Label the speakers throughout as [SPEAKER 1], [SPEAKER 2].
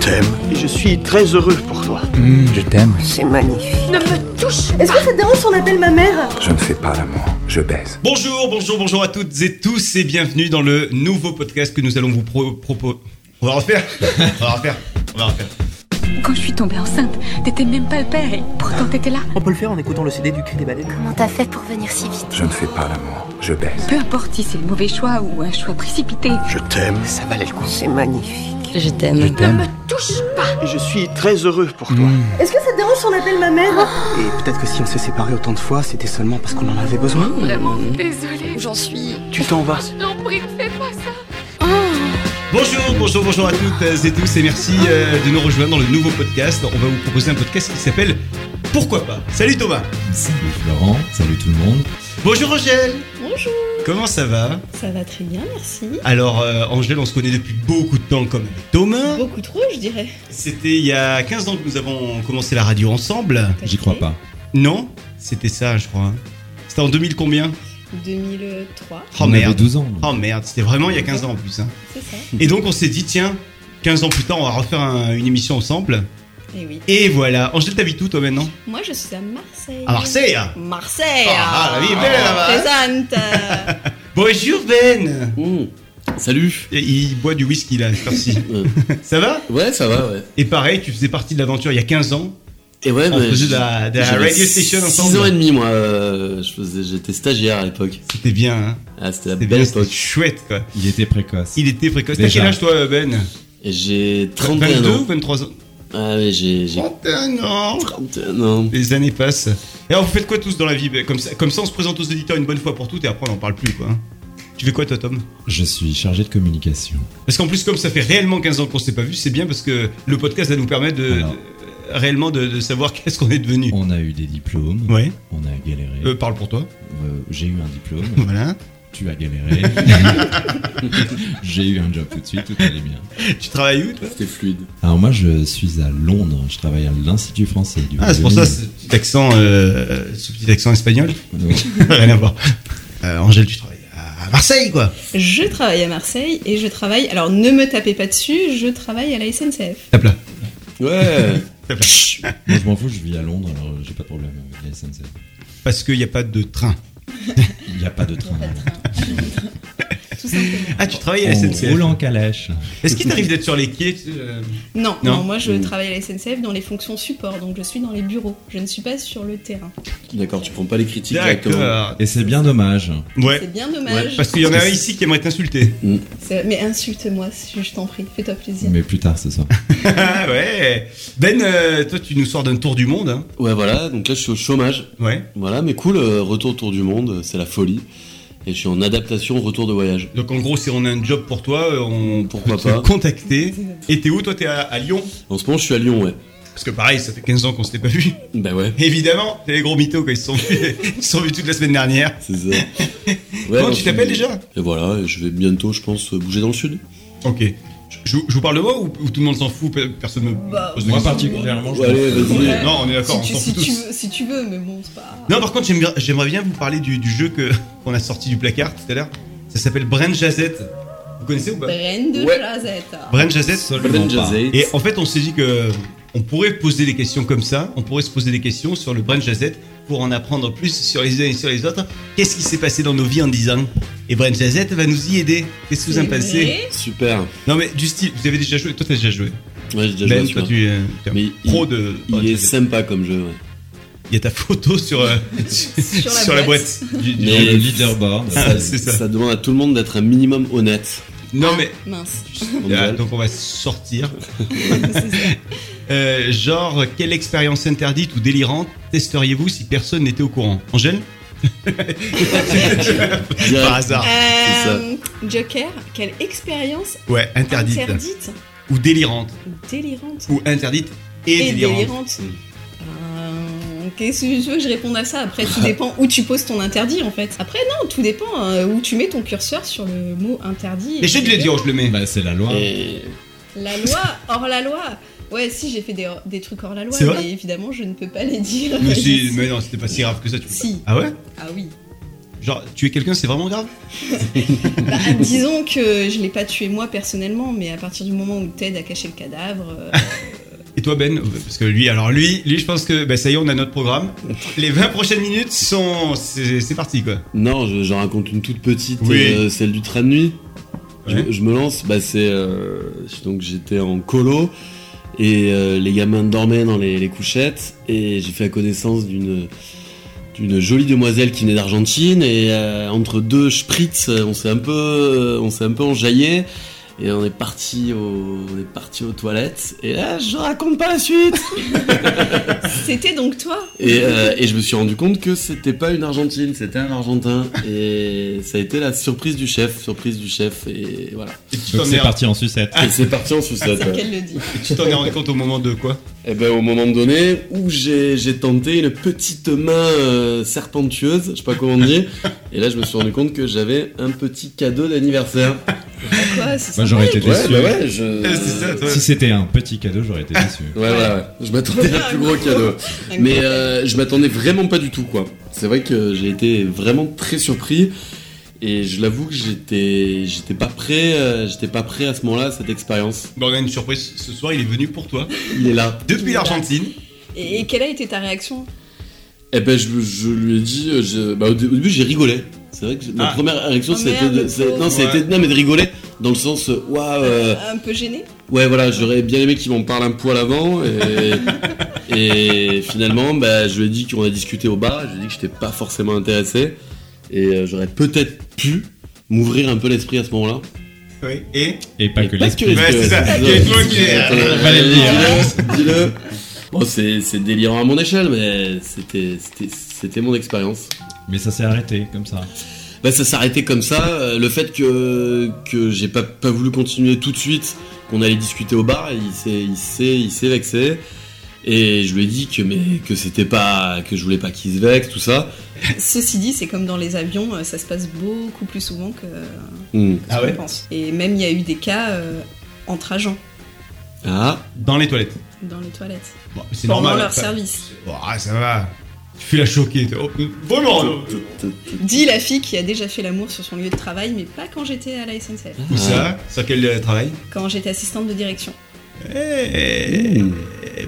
[SPEAKER 1] t'aime et je suis très heureux pour toi.
[SPEAKER 2] Mmh, je t'aime.
[SPEAKER 3] C'est magnifique.
[SPEAKER 4] Ne me touche
[SPEAKER 5] Est-ce que ça te dérange si on appelle ma mère
[SPEAKER 6] Je ne fais pas l'amour, je baise.
[SPEAKER 7] Bonjour, bonjour, bonjour à toutes et tous et bienvenue dans le nouveau podcast que nous allons vous pro- proposer. On va refaire On va refaire On va refaire
[SPEAKER 8] Quand je suis tombée enceinte, t'étais même pas le père et pourtant t'étais là.
[SPEAKER 9] On peut le faire en écoutant le CD du cri des baleines.
[SPEAKER 10] Comment t'as fait pour venir si vite
[SPEAKER 6] Je ne fais pas l'amour, je baise.
[SPEAKER 8] Peu importe si c'est le mauvais choix ou un choix précipité.
[SPEAKER 1] Je t'aime.
[SPEAKER 3] Ça valait le coup.
[SPEAKER 10] C'est magnifique.
[SPEAKER 3] Je t'aime.
[SPEAKER 2] Je t'aime.
[SPEAKER 4] Ne me touche pas
[SPEAKER 1] Et je suis très heureux pour toi.
[SPEAKER 2] Mmh.
[SPEAKER 5] Est-ce que ça te dérange si on appelle ma mère
[SPEAKER 9] Et peut-être que si on s'est séparés autant de fois, c'était seulement parce qu'on en avait besoin.
[SPEAKER 4] Vraiment désolée.
[SPEAKER 3] J'en suis.
[SPEAKER 9] Tu t'en vas.
[SPEAKER 4] Je t'en prie, fais pas ça.
[SPEAKER 7] Bonjour, bonjour, bonjour à toutes et tous et merci euh, de nous rejoindre dans le nouveau podcast. On va vous proposer un podcast qui s'appelle Pourquoi pas Salut Thomas
[SPEAKER 11] Salut Florent, salut tout le monde.
[SPEAKER 7] Bonjour Angèle
[SPEAKER 12] Bonjour
[SPEAKER 7] Comment ça va
[SPEAKER 12] Ça va très bien, merci.
[SPEAKER 7] Alors euh, Angèle, on se connaît depuis beaucoup de temps comme Thomas.
[SPEAKER 12] Beaucoup trop, je dirais.
[SPEAKER 7] C'était il y a 15 ans que nous avons commencé la radio ensemble.
[SPEAKER 11] J'y crois pas.
[SPEAKER 7] Non C'était ça, je crois. hein. C'était en 2000 combien
[SPEAKER 12] 2003,
[SPEAKER 7] Oh
[SPEAKER 11] on avait
[SPEAKER 7] merde
[SPEAKER 11] 12 ans.
[SPEAKER 7] Oh merde, c'était vraiment il y a 15 ans en plus. hein.
[SPEAKER 12] c'est ça.
[SPEAKER 7] Et donc on s'est dit, tiens, 15 ans plus tard, on va refaire un- une émission ensemble.
[SPEAKER 12] Et Eh oui.
[SPEAKER 7] Et voilà, Angèle, t'habites où toi maintenant
[SPEAKER 12] Moi, je suis à Marseille.
[SPEAKER 7] À Marseille hein
[SPEAKER 12] Marseille
[SPEAKER 7] Ah, la vie est belle, hein.
[SPEAKER 12] là-bas Présente
[SPEAKER 7] Bonjour Ben
[SPEAKER 13] Salut
[SPEAKER 7] Et Il boit du whisky là, merci.
[SPEAKER 13] Hmm. Euh,
[SPEAKER 7] Ça va
[SPEAKER 13] Ouais, ça va, ouais.
[SPEAKER 7] Et pareil, tu faisais partie de l'aventure il y a 15 ans.
[SPEAKER 13] Et ouais,
[SPEAKER 7] On
[SPEAKER 13] bah,
[SPEAKER 7] faisait de
[SPEAKER 13] j-
[SPEAKER 7] la- de la
[SPEAKER 13] j'avais
[SPEAKER 7] radio station
[SPEAKER 13] six
[SPEAKER 7] ensemble.
[SPEAKER 13] ans et demi, moi. euh, je faisais- J'étais stagiaire à l'époque.
[SPEAKER 7] C'était bien, hein
[SPEAKER 13] Ah, c'était la
[SPEAKER 7] C'était
[SPEAKER 13] belle
[SPEAKER 7] bien, c'était
[SPEAKER 13] époque.
[SPEAKER 7] chouette quoi.
[SPEAKER 11] Il était précoce.
[SPEAKER 7] Il était précoce. T'as
[SPEAKER 11] Déjà.
[SPEAKER 7] quel âge toi Ben
[SPEAKER 13] Et j'ai 31
[SPEAKER 7] 22 ou
[SPEAKER 13] ans.
[SPEAKER 7] 23 ans
[SPEAKER 13] Ah, ouais, j'ai j'ai
[SPEAKER 7] 31 ans
[SPEAKER 13] 31 ans.
[SPEAKER 7] Les années passent. Et alors vous faites quoi tous dans la vie Ben comme ça, comme ça on se présente aux auditeurs une bonne fois pour toutes et après on n'en parle plus quoi. hein. Tu fais quoi toi Tom
[SPEAKER 11] Je suis chargé de communication.
[SPEAKER 7] Parce qu'en plus comme ça fait réellement 15 ans qu'on s'est pas vu, c'est bien parce que le podcast va nous permettre de,
[SPEAKER 11] Alors.
[SPEAKER 7] de- réellement de, de savoir qu'est-ce qu'on est devenu.
[SPEAKER 11] On a eu des diplômes.
[SPEAKER 7] Ouais.
[SPEAKER 11] On a galéré.
[SPEAKER 7] Euh, parle pour toi.
[SPEAKER 11] Euh, j'ai eu un diplôme.
[SPEAKER 7] Voilà.
[SPEAKER 11] tu as galéré. j'ai eu un job tout de suite. Tout allait bien.
[SPEAKER 7] Tu travailles où toi
[SPEAKER 13] C'était fluide.
[SPEAKER 11] Alors moi, je suis à Londres. Je travaille à l'Institut français. Du
[SPEAKER 7] Ah c'est pour ça
[SPEAKER 11] Royaume-Uni.
[SPEAKER 7] ce petit accent, euh, ce petit accent espagnol.
[SPEAKER 11] Donc,
[SPEAKER 7] Rien à voir. Euh, Angèle, tu travailles à Marseille, quoi.
[SPEAKER 12] Je travaille à Marseille et je travaille. Alors, ne me tapez pas dessus, je travaille à la SNCF.
[SPEAKER 7] Tape là.
[SPEAKER 13] Ouais.
[SPEAKER 11] moi, je m'en fous. Je vis à Londres, alors euh, j'ai pas de problème avec la SNCF.
[SPEAKER 7] Parce qu'il n'y a pas de train.
[SPEAKER 11] Il n'y a pas de train.
[SPEAKER 12] Tout simplement.
[SPEAKER 7] Ah, tu travailles à la
[SPEAKER 11] On
[SPEAKER 7] SNCF.
[SPEAKER 11] roule en calèche.
[SPEAKER 7] Est-ce qu'il t'arrive d'être sur les quais tu sais, euh,
[SPEAKER 12] Non,
[SPEAKER 7] Non.
[SPEAKER 12] non, moi, je
[SPEAKER 13] Mmh.
[SPEAKER 12] travaille à la SNCF dans les fonctions support, donc je suis dans les bureaux. Je ne suis pas sur le terrain.
[SPEAKER 13] D'accord, tu prends pas les critiques directement.
[SPEAKER 7] D'accord.
[SPEAKER 11] Et c'est bien dommage.
[SPEAKER 7] Ouais.
[SPEAKER 12] C'est bien dommage.
[SPEAKER 7] Parce qu'il y en a un ici qui aimerait t'insulter.
[SPEAKER 12] C'est- Mais insulte-moi, si je t'en prie. Fais-toi plaisir.
[SPEAKER 11] Mais plus tard ce soir.
[SPEAKER 7] Ah ouais. Ben, euh, toi, tu nous sors d'un tour du monde. hein.
[SPEAKER 13] Ouais, voilà, donc là, je suis au chômage.
[SPEAKER 7] Ouais.
[SPEAKER 13] Voilà, mais cool, euh, retour autour du monde, c'est la folie. Et je suis en adaptation, retour de voyage.
[SPEAKER 7] Donc, en gros, si on a un job pour toi, euh, on
[SPEAKER 13] Pourquoi
[SPEAKER 7] peut
[SPEAKER 13] pas.
[SPEAKER 7] te contacter. Et t'es où Toi, t'es à, à Lyon.
[SPEAKER 13] En ce moment, je suis à Lyon, ouais.
[SPEAKER 7] Parce que pareil, ça fait 15 ans qu'on s'était pas vu.
[SPEAKER 13] Bah ouais,
[SPEAKER 7] Évidemment, t'es les gros mythos quand ils se sont vus. ils se sont vus toute la semaine dernière.
[SPEAKER 13] c'est ça. Ouais,
[SPEAKER 7] Comment
[SPEAKER 13] non,
[SPEAKER 7] tu
[SPEAKER 13] je-
[SPEAKER 7] t'appelles déjà
[SPEAKER 13] Et voilà, je vais bientôt, je pense, bouger dans le sud.
[SPEAKER 7] Ok. Je, je vous parle de moi ou, ou tout le monde s'en fout pe- Personne me
[SPEAKER 12] Bah,
[SPEAKER 7] pose de
[SPEAKER 11] Moi
[SPEAKER 7] questions.
[SPEAKER 11] particulièrement, je
[SPEAKER 13] Ouais, allez,
[SPEAKER 11] pense-
[SPEAKER 13] vas-y.
[SPEAKER 7] Non, on est
[SPEAKER 12] Si
[SPEAKER 7] d'accord,
[SPEAKER 12] tu,
[SPEAKER 7] on s'en
[SPEAKER 12] si
[SPEAKER 7] fout
[SPEAKER 12] tu
[SPEAKER 7] tous.
[SPEAKER 12] veux, si tu veux, mais bon, c'est pas.
[SPEAKER 7] Non, par contre, j'aime bien- j'aimerais bien vous parler du, du jeu que qu'on a sorti du placard tout à l'heure. Ça s'appelle Brain Jazette. Vous connaissez ou pas
[SPEAKER 12] Brenne de
[SPEAKER 13] Ouais.
[SPEAKER 12] Jazette.
[SPEAKER 7] Brain Jazette
[SPEAKER 11] Absolument pas.
[SPEAKER 7] Et en fait, on s'est dit que on pourrait poser des questions comme ça. On pourrait se poser des questions sur le Brain Jazette pour en apprendre plus sur les uns et sur les autres. Qu'est-ce qui s'est passé dans nos vies en 10 ans Et Brain Jazette va nous y aider. Qu'est-ce que vous en
[SPEAKER 12] C'est
[SPEAKER 7] pensez
[SPEAKER 12] vrai.
[SPEAKER 13] Super.
[SPEAKER 7] Non, mais du style, vous avez déjà joué Toi, t'as déjà joué.
[SPEAKER 13] Ouais, j'ai déjà
[SPEAKER 7] Ben,
[SPEAKER 13] joué à
[SPEAKER 7] toi, tu
[SPEAKER 13] celui-là.
[SPEAKER 7] es, tu es un
[SPEAKER 13] Mais
[SPEAKER 7] pro de.
[SPEAKER 13] Il
[SPEAKER 7] Brain
[SPEAKER 13] est
[SPEAKER 7] Jazette.
[SPEAKER 13] sympa comme jeu, ouais.
[SPEAKER 7] Il y a ta photo sur, euh, sur,
[SPEAKER 12] la
[SPEAKER 7] la boîte.
[SPEAKER 12] boîte.
[SPEAKER 7] du- du-
[SPEAKER 11] Dans le
[SPEAKER 13] Mais-
[SPEAKER 11] leaderboard.
[SPEAKER 7] Ah, c'est ça.
[SPEAKER 13] Ça demande à tout le monde d'être un minimum honnête.
[SPEAKER 7] Non, mais.
[SPEAKER 12] Mince.
[SPEAKER 7] Ah,
[SPEAKER 13] Angel.
[SPEAKER 7] donc on va sortir.
[SPEAKER 12] C'est ça.
[SPEAKER 7] Euh, genre, quelle expérience interdite ou délirante testeriez-vous si personne n'était au courant Angèle
[SPEAKER 13] Direct.
[SPEAKER 7] Par hasard.
[SPEAKER 12] Euh, Joker, quelle expérience
[SPEAKER 7] Ouais, euh, interdite.
[SPEAKER 12] interdite,
[SPEAKER 7] Ou délirante.
[SPEAKER 12] délirante
[SPEAKER 7] Ou interdite et,
[SPEAKER 12] et
[SPEAKER 7] délirante.
[SPEAKER 12] délirante. Euh, Qu'est-ce que tu veux que je réponde à ça Après, tout dépend où tu poses ton interdit en fait. Après, non, tout dépend euh, où tu mets ton curseur sur le mot interdit.
[SPEAKER 7] Et je te l'ai dit, oh, je le mets.
[SPEAKER 11] Bah, c'est la loi.
[SPEAKER 7] hein.
[SPEAKER 13] Et
[SPEAKER 12] La loi, hors la loi. Ouais, si j'ai fait des, des trucs hors la loi,
[SPEAKER 7] C'est vrai
[SPEAKER 12] mais évidemment, je ne peux pas les dire.
[SPEAKER 7] Mais, si- mais non, c'était pas si grave que ça. Tu peux
[SPEAKER 12] Si.
[SPEAKER 7] pas. Ah ouais
[SPEAKER 12] Ah oui.
[SPEAKER 7] Genre, tuer quelqu'un, c'est vraiment grave
[SPEAKER 12] Bah, disons que je l'ai pas tué moi personnellement, mais à partir du moment où Ted a caché le cadavre, euh,
[SPEAKER 7] Et toi Ben Parce que lui, alors lui, lui je pense que bah, ça y est, on a notre programme. Les 20 prochaines minutes sont... C'est c'est parti quoi.
[SPEAKER 13] Non, je, je raconte une toute petite,
[SPEAKER 7] Oui.
[SPEAKER 13] euh, celle du train de nuit. Je-
[SPEAKER 7] Ouais.
[SPEAKER 13] Je, me lance, bah c'est euh, donc j'étais en colo et euh, les gamins dormaient dans les, les couchettes et j'ai fait la connaissance d'une d'une jolie demoiselle qui venait d'Argentine et euh, entre deux spritz, on s'est un peu on s'est un peu enjaillé et on est parti au- on est parti aux toilettes et là je raconte pas la suite.
[SPEAKER 12] c'était donc toi
[SPEAKER 13] Et, euh, et je me suis rendu compte que c'était pas une Argentine, c'était un Argentin. Et ça a été la surprise du chef, surprise du chef. Et voilà.
[SPEAKER 7] Et tu
[SPEAKER 11] Donc
[SPEAKER 7] t'en es,
[SPEAKER 11] c'est parti en sucette.
[SPEAKER 13] Et c'est parti en sucette.
[SPEAKER 12] C'est
[SPEAKER 13] ouais.
[SPEAKER 12] qu'elle le dit.
[SPEAKER 7] et tu t'en es rendu compte au moment de quoi
[SPEAKER 13] Et ben au moment donné où j'ai j'ai tenté une petite main euh, serpentueuse, je sais pas comment dire. Et là je me suis rendu compte que j'avais un petit cadeau d'anniversaire.
[SPEAKER 12] Quoi c'est
[SPEAKER 11] Moi
[SPEAKER 12] sympa.
[SPEAKER 11] j'aurais été
[SPEAKER 13] Ouais,
[SPEAKER 11] déçu.
[SPEAKER 13] bah ouais, je.
[SPEAKER 7] Ah, c'est ça, toi.
[SPEAKER 11] Si c'était un petit cadeau, j'aurais été déçu.
[SPEAKER 13] Ouais, ouais, ouais. Je m'attendais à un plus gros cadeau.
[SPEAKER 12] Un
[SPEAKER 13] Mais
[SPEAKER 12] gros-
[SPEAKER 13] euh, je m'attendais vraiment pas du tout, quoi. C'est vrai que j'ai été vraiment très surpris. Et je l'avoue que j'étais, j'étais pas prêt, euh, j'étais pas prêt à ce moment-là, à cette expérience.
[SPEAKER 7] Bon, on a une surprise. Ce soir, il est venu pour toi.
[SPEAKER 13] Il est là.
[SPEAKER 7] Depuis l'Argentine.
[SPEAKER 12] Et, et quelle a été ta réaction
[SPEAKER 13] Et ben, je, je lui ai dit, euh, je- bah, au, dé- au début, j'ai rigolé. C'est vrai que ma
[SPEAKER 7] Ah.
[SPEAKER 13] première réaction,
[SPEAKER 12] Oh
[SPEAKER 13] c'était,
[SPEAKER 12] merde,
[SPEAKER 13] de,
[SPEAKER 12] le
[SPEAKER 13] c'est-
[SPEAKER 12] pauvre.
[SPEAKER 13] non, c'était,
[SPEAKER 7] Ouais.
[SPEAKER 13] non, mais de rigoler dans le sens, euh, waouh, euh,
[SPEAKER 12] Un peu gêné
[SPEAKER 13] ouais, voilà, j'aurais bien aimé qu'il m'en parle un poil avant. Et, et finalement, bah, je lui ai dit qu'on a discuté au bar. Je lui ai dit que j'étais pas forcément intéressé. Et euh, j'aurais peut-être pu m'ouvrir un peu l'esprit à ce moment-là.
[SPEAKER 7] Oui. Et
[SPEAKER 11] Et pas
[SPEAKER 13] Et
[SPEAKER 11] que
[SPEAKER 13] pas
[SPEAKER 11] l'esprit.
[SPEAKER 13] que-
[SPEAKER 7] Ouais, c'est ça.
[SPEAKER 13] Parce que-
[SPEAKER 7] Il y a toi qui est-
[SPEAKER 13] Attends,
[SPEAKER 11] Fallait le
[SPEAKER 7] hein.
[SPEAKER 13] Dis-le. dis-le. Bon, c'est c'est délirant à mon échelle, mais c'était c'était- c'était mon expérience.
[SPEAKER 11] Mais ça s'est arrêté comme ça.
[SPEAKER 13] Bah, ça s'arrêtait comme ça. euh, Le fait que, que j'ai pas, pas voulu continuer tout de suite, qu'on allait discuter au bar, il s'est, il s'est, il s'est vexé. Et je lui ai dit que, mais, que c'était pas, que je voulais pas qu'il se vexe, tout ça.
[SPEAKER 12] Ceci dit, c'est comme dans les avions, euh, ça se passe beaucoup plus souvent que euh,
[SPEAKER 13] Hmm.
[SPEAKER 7] Ah
[SPEAKER 12] qu'on pense. Et même il y a eu des cas euh, entre agents
[SPEAKER 13] Ah,
[SPEAKER 7] Dans les toilettes.
[SPEAKER 12] dans les toilettes,
[SPEAKER 7] Bon, c'est
[SPEAKER 12] pendant
[SPEAKER 7] normal.
[SPEAKER 12] leur
[SPEAKER 7] ça-
[SPEAKER 12] service.
[SPEAKER 7] Bon, ah, ça va. Tu fais la choquée. toi. Oh, Bonjour.
[SPEAKER 12] Dit la fille qui a déjà fait l'amour sur son lieu de travail, mais pas quand j'étais à la SNCF,
[SPEAKER 7] Où ça Sur quel euh, travail
[SPEAKER 12] quand j'étais assistante de direction.
[SPEAKER 7] Eh,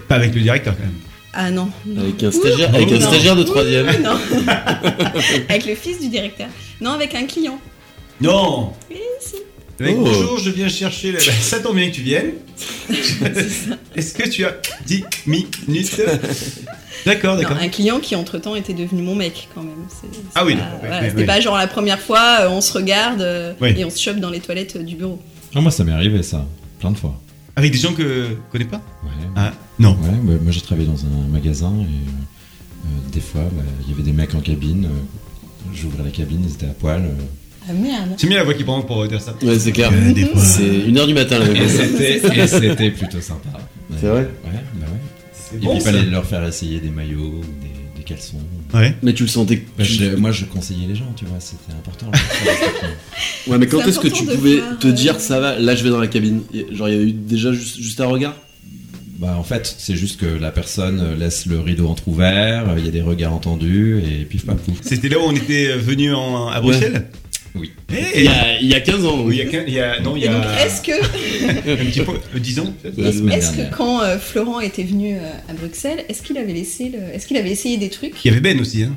[SPEAKER 7] Pas avec le directeur quand même.
[SPEAKER 12] Ah non, non.
[SPEAKER 13] avec un stagiaire,
[SPEAKER 7] Ouh,
[SPEAKER 13] avec un
[SPEAKER 7] non.
[SPEAKER 13] stagiaire de troisième.
[SPEAKER 12] Non. avec le fils du directeur. Non, avec un client.
[SPEAKER 7] Non
[SPEAKER 12] Oui, si.
[SPEAKER 7] Le mec,
[SPEAKER 13] Oh.
[SPEAKER 7] Eh ben, Bonjour, je viens chercher. la- Bah, ça tombe bien que tu viennes. Est-ce que tu as 10 minutes D'accord,
[SPEAKER 12] Non,
[SPEAKER 7] d'accord.
[SPEAKER 12] un client qui entre-temps était devenu mon mec quand même. C'est- c'est
[SPEAKER 7] Ah oui,
[SPEAKER 12] pas-
[SPEAKER 7] d'accord, ouais,
[SPEAKER 12] voilà,
[SPEAKER 7] ouais,
[SPEAKER 12] C'était
[SPEAKER 7] ouais.
[SPEAKER 12] pas genre la première fois, euh, on se regarde euh,
[SPEAKER 7] Ouais.
[SPEAKER 12] et on se chope dans les toilettes euh, du bureau.
[SPEAKER 11] Ah, moi ça m'est arrivé ça, plein de fois.
[SPEAKER 7] Avec des gens que je connais pas
[SPEAKER 11] Ouais.
[SPEAKER 7] Ah, non.
[SPEAKER 11] Ouais, bah, moi j'ai travaillé dans un magasin et euh, euh, des fois bah, il y avait des mecs en cabine. euh, J'ouvrais la cabine, ils étaient à poil. euh.
[SPEAKER 12] Ah merde.
[SPEAKER 7] C'est mieux la voix qui prend pour dire ça.
[SPEAKER 13] Ouais, c'est clair.
[SPEAKER 7] Euh, des fois.
[SPEAKER 13] C'est une heure du matin, là.
[SPEAKER 11] Et c'était- et c'était plutôt sympa. Ouais.
[SPEAKER 13] C'est vrai
[SPEAKER 11] Ouais, bah ouais.
[SPEAKER 7] C'est
[SPEAKER 11] Et
[SPEAKER 7] bon
[SPEAKER 11] puis il
[SPEAKER 7] ça.
[SPEAKER 11] fallait leur faire essayer des maillots, ou des, des caleçons.
[SPEAKER 7] Ouais.
[SPEAKER 13] Mais tu le sentais.
[SPEAKER 11] Bah,
[SPEAKER 13] tu-
[SPEAKER 11] je- moi je conseillais les gens, tu vois, c'était important. là.
[SPEAKER 13] Ouais, mais quand
[SPEAKER 12] C'est
[SPEAKER 13] est-ce que
[SPEAKER 12] important
[SPEAKER 13] tu
[SPEAKER 12] de
[SPEAKER 13] pouvais
[SPEAKER 12] voir,
[SPEAKER 13] te
[SPEAKER 12] euh,
[SPEAKER 13] dire ça va, là je vais dans la cabine Et- Genre, il y a eu déjà juste, juste un regard
[SPEAKER 11] Bah, en fait, c'est juste que la personne euh, laisse le rideau entrouvert, euh, il y a des regards entendus, et pif paf pouf.
[SPEAKER 7] C'était là où on était venu en- à Bruxelles
[SPEAKER 11] Oui.
[SPEAKER 7] Eh,
[SPEAKER 13] il y, a, il y a 15 ans.
[SPEAKER 7] oui, il y a, quin- il y a- non, il y
[SPEAKER 12] Et donc
[SPEAKER 7] a
[SPEAKER 12] est-ce que,
[SPEAKER 7] un petit peu, euh, 10 ans peut-être
[SPEAKER 11] La semaine
[SPEAKER 12] est-ce que
[SPEAKER 11] dernière.
[SPEAKER 12] quand euh, Florent était venu euh, à Bruxelles, est-ce qu'il avait laissé, le- est-ce qu'il avait essayé des trucs
[SPEAKER 7] Il y avait Ben aussi, hein,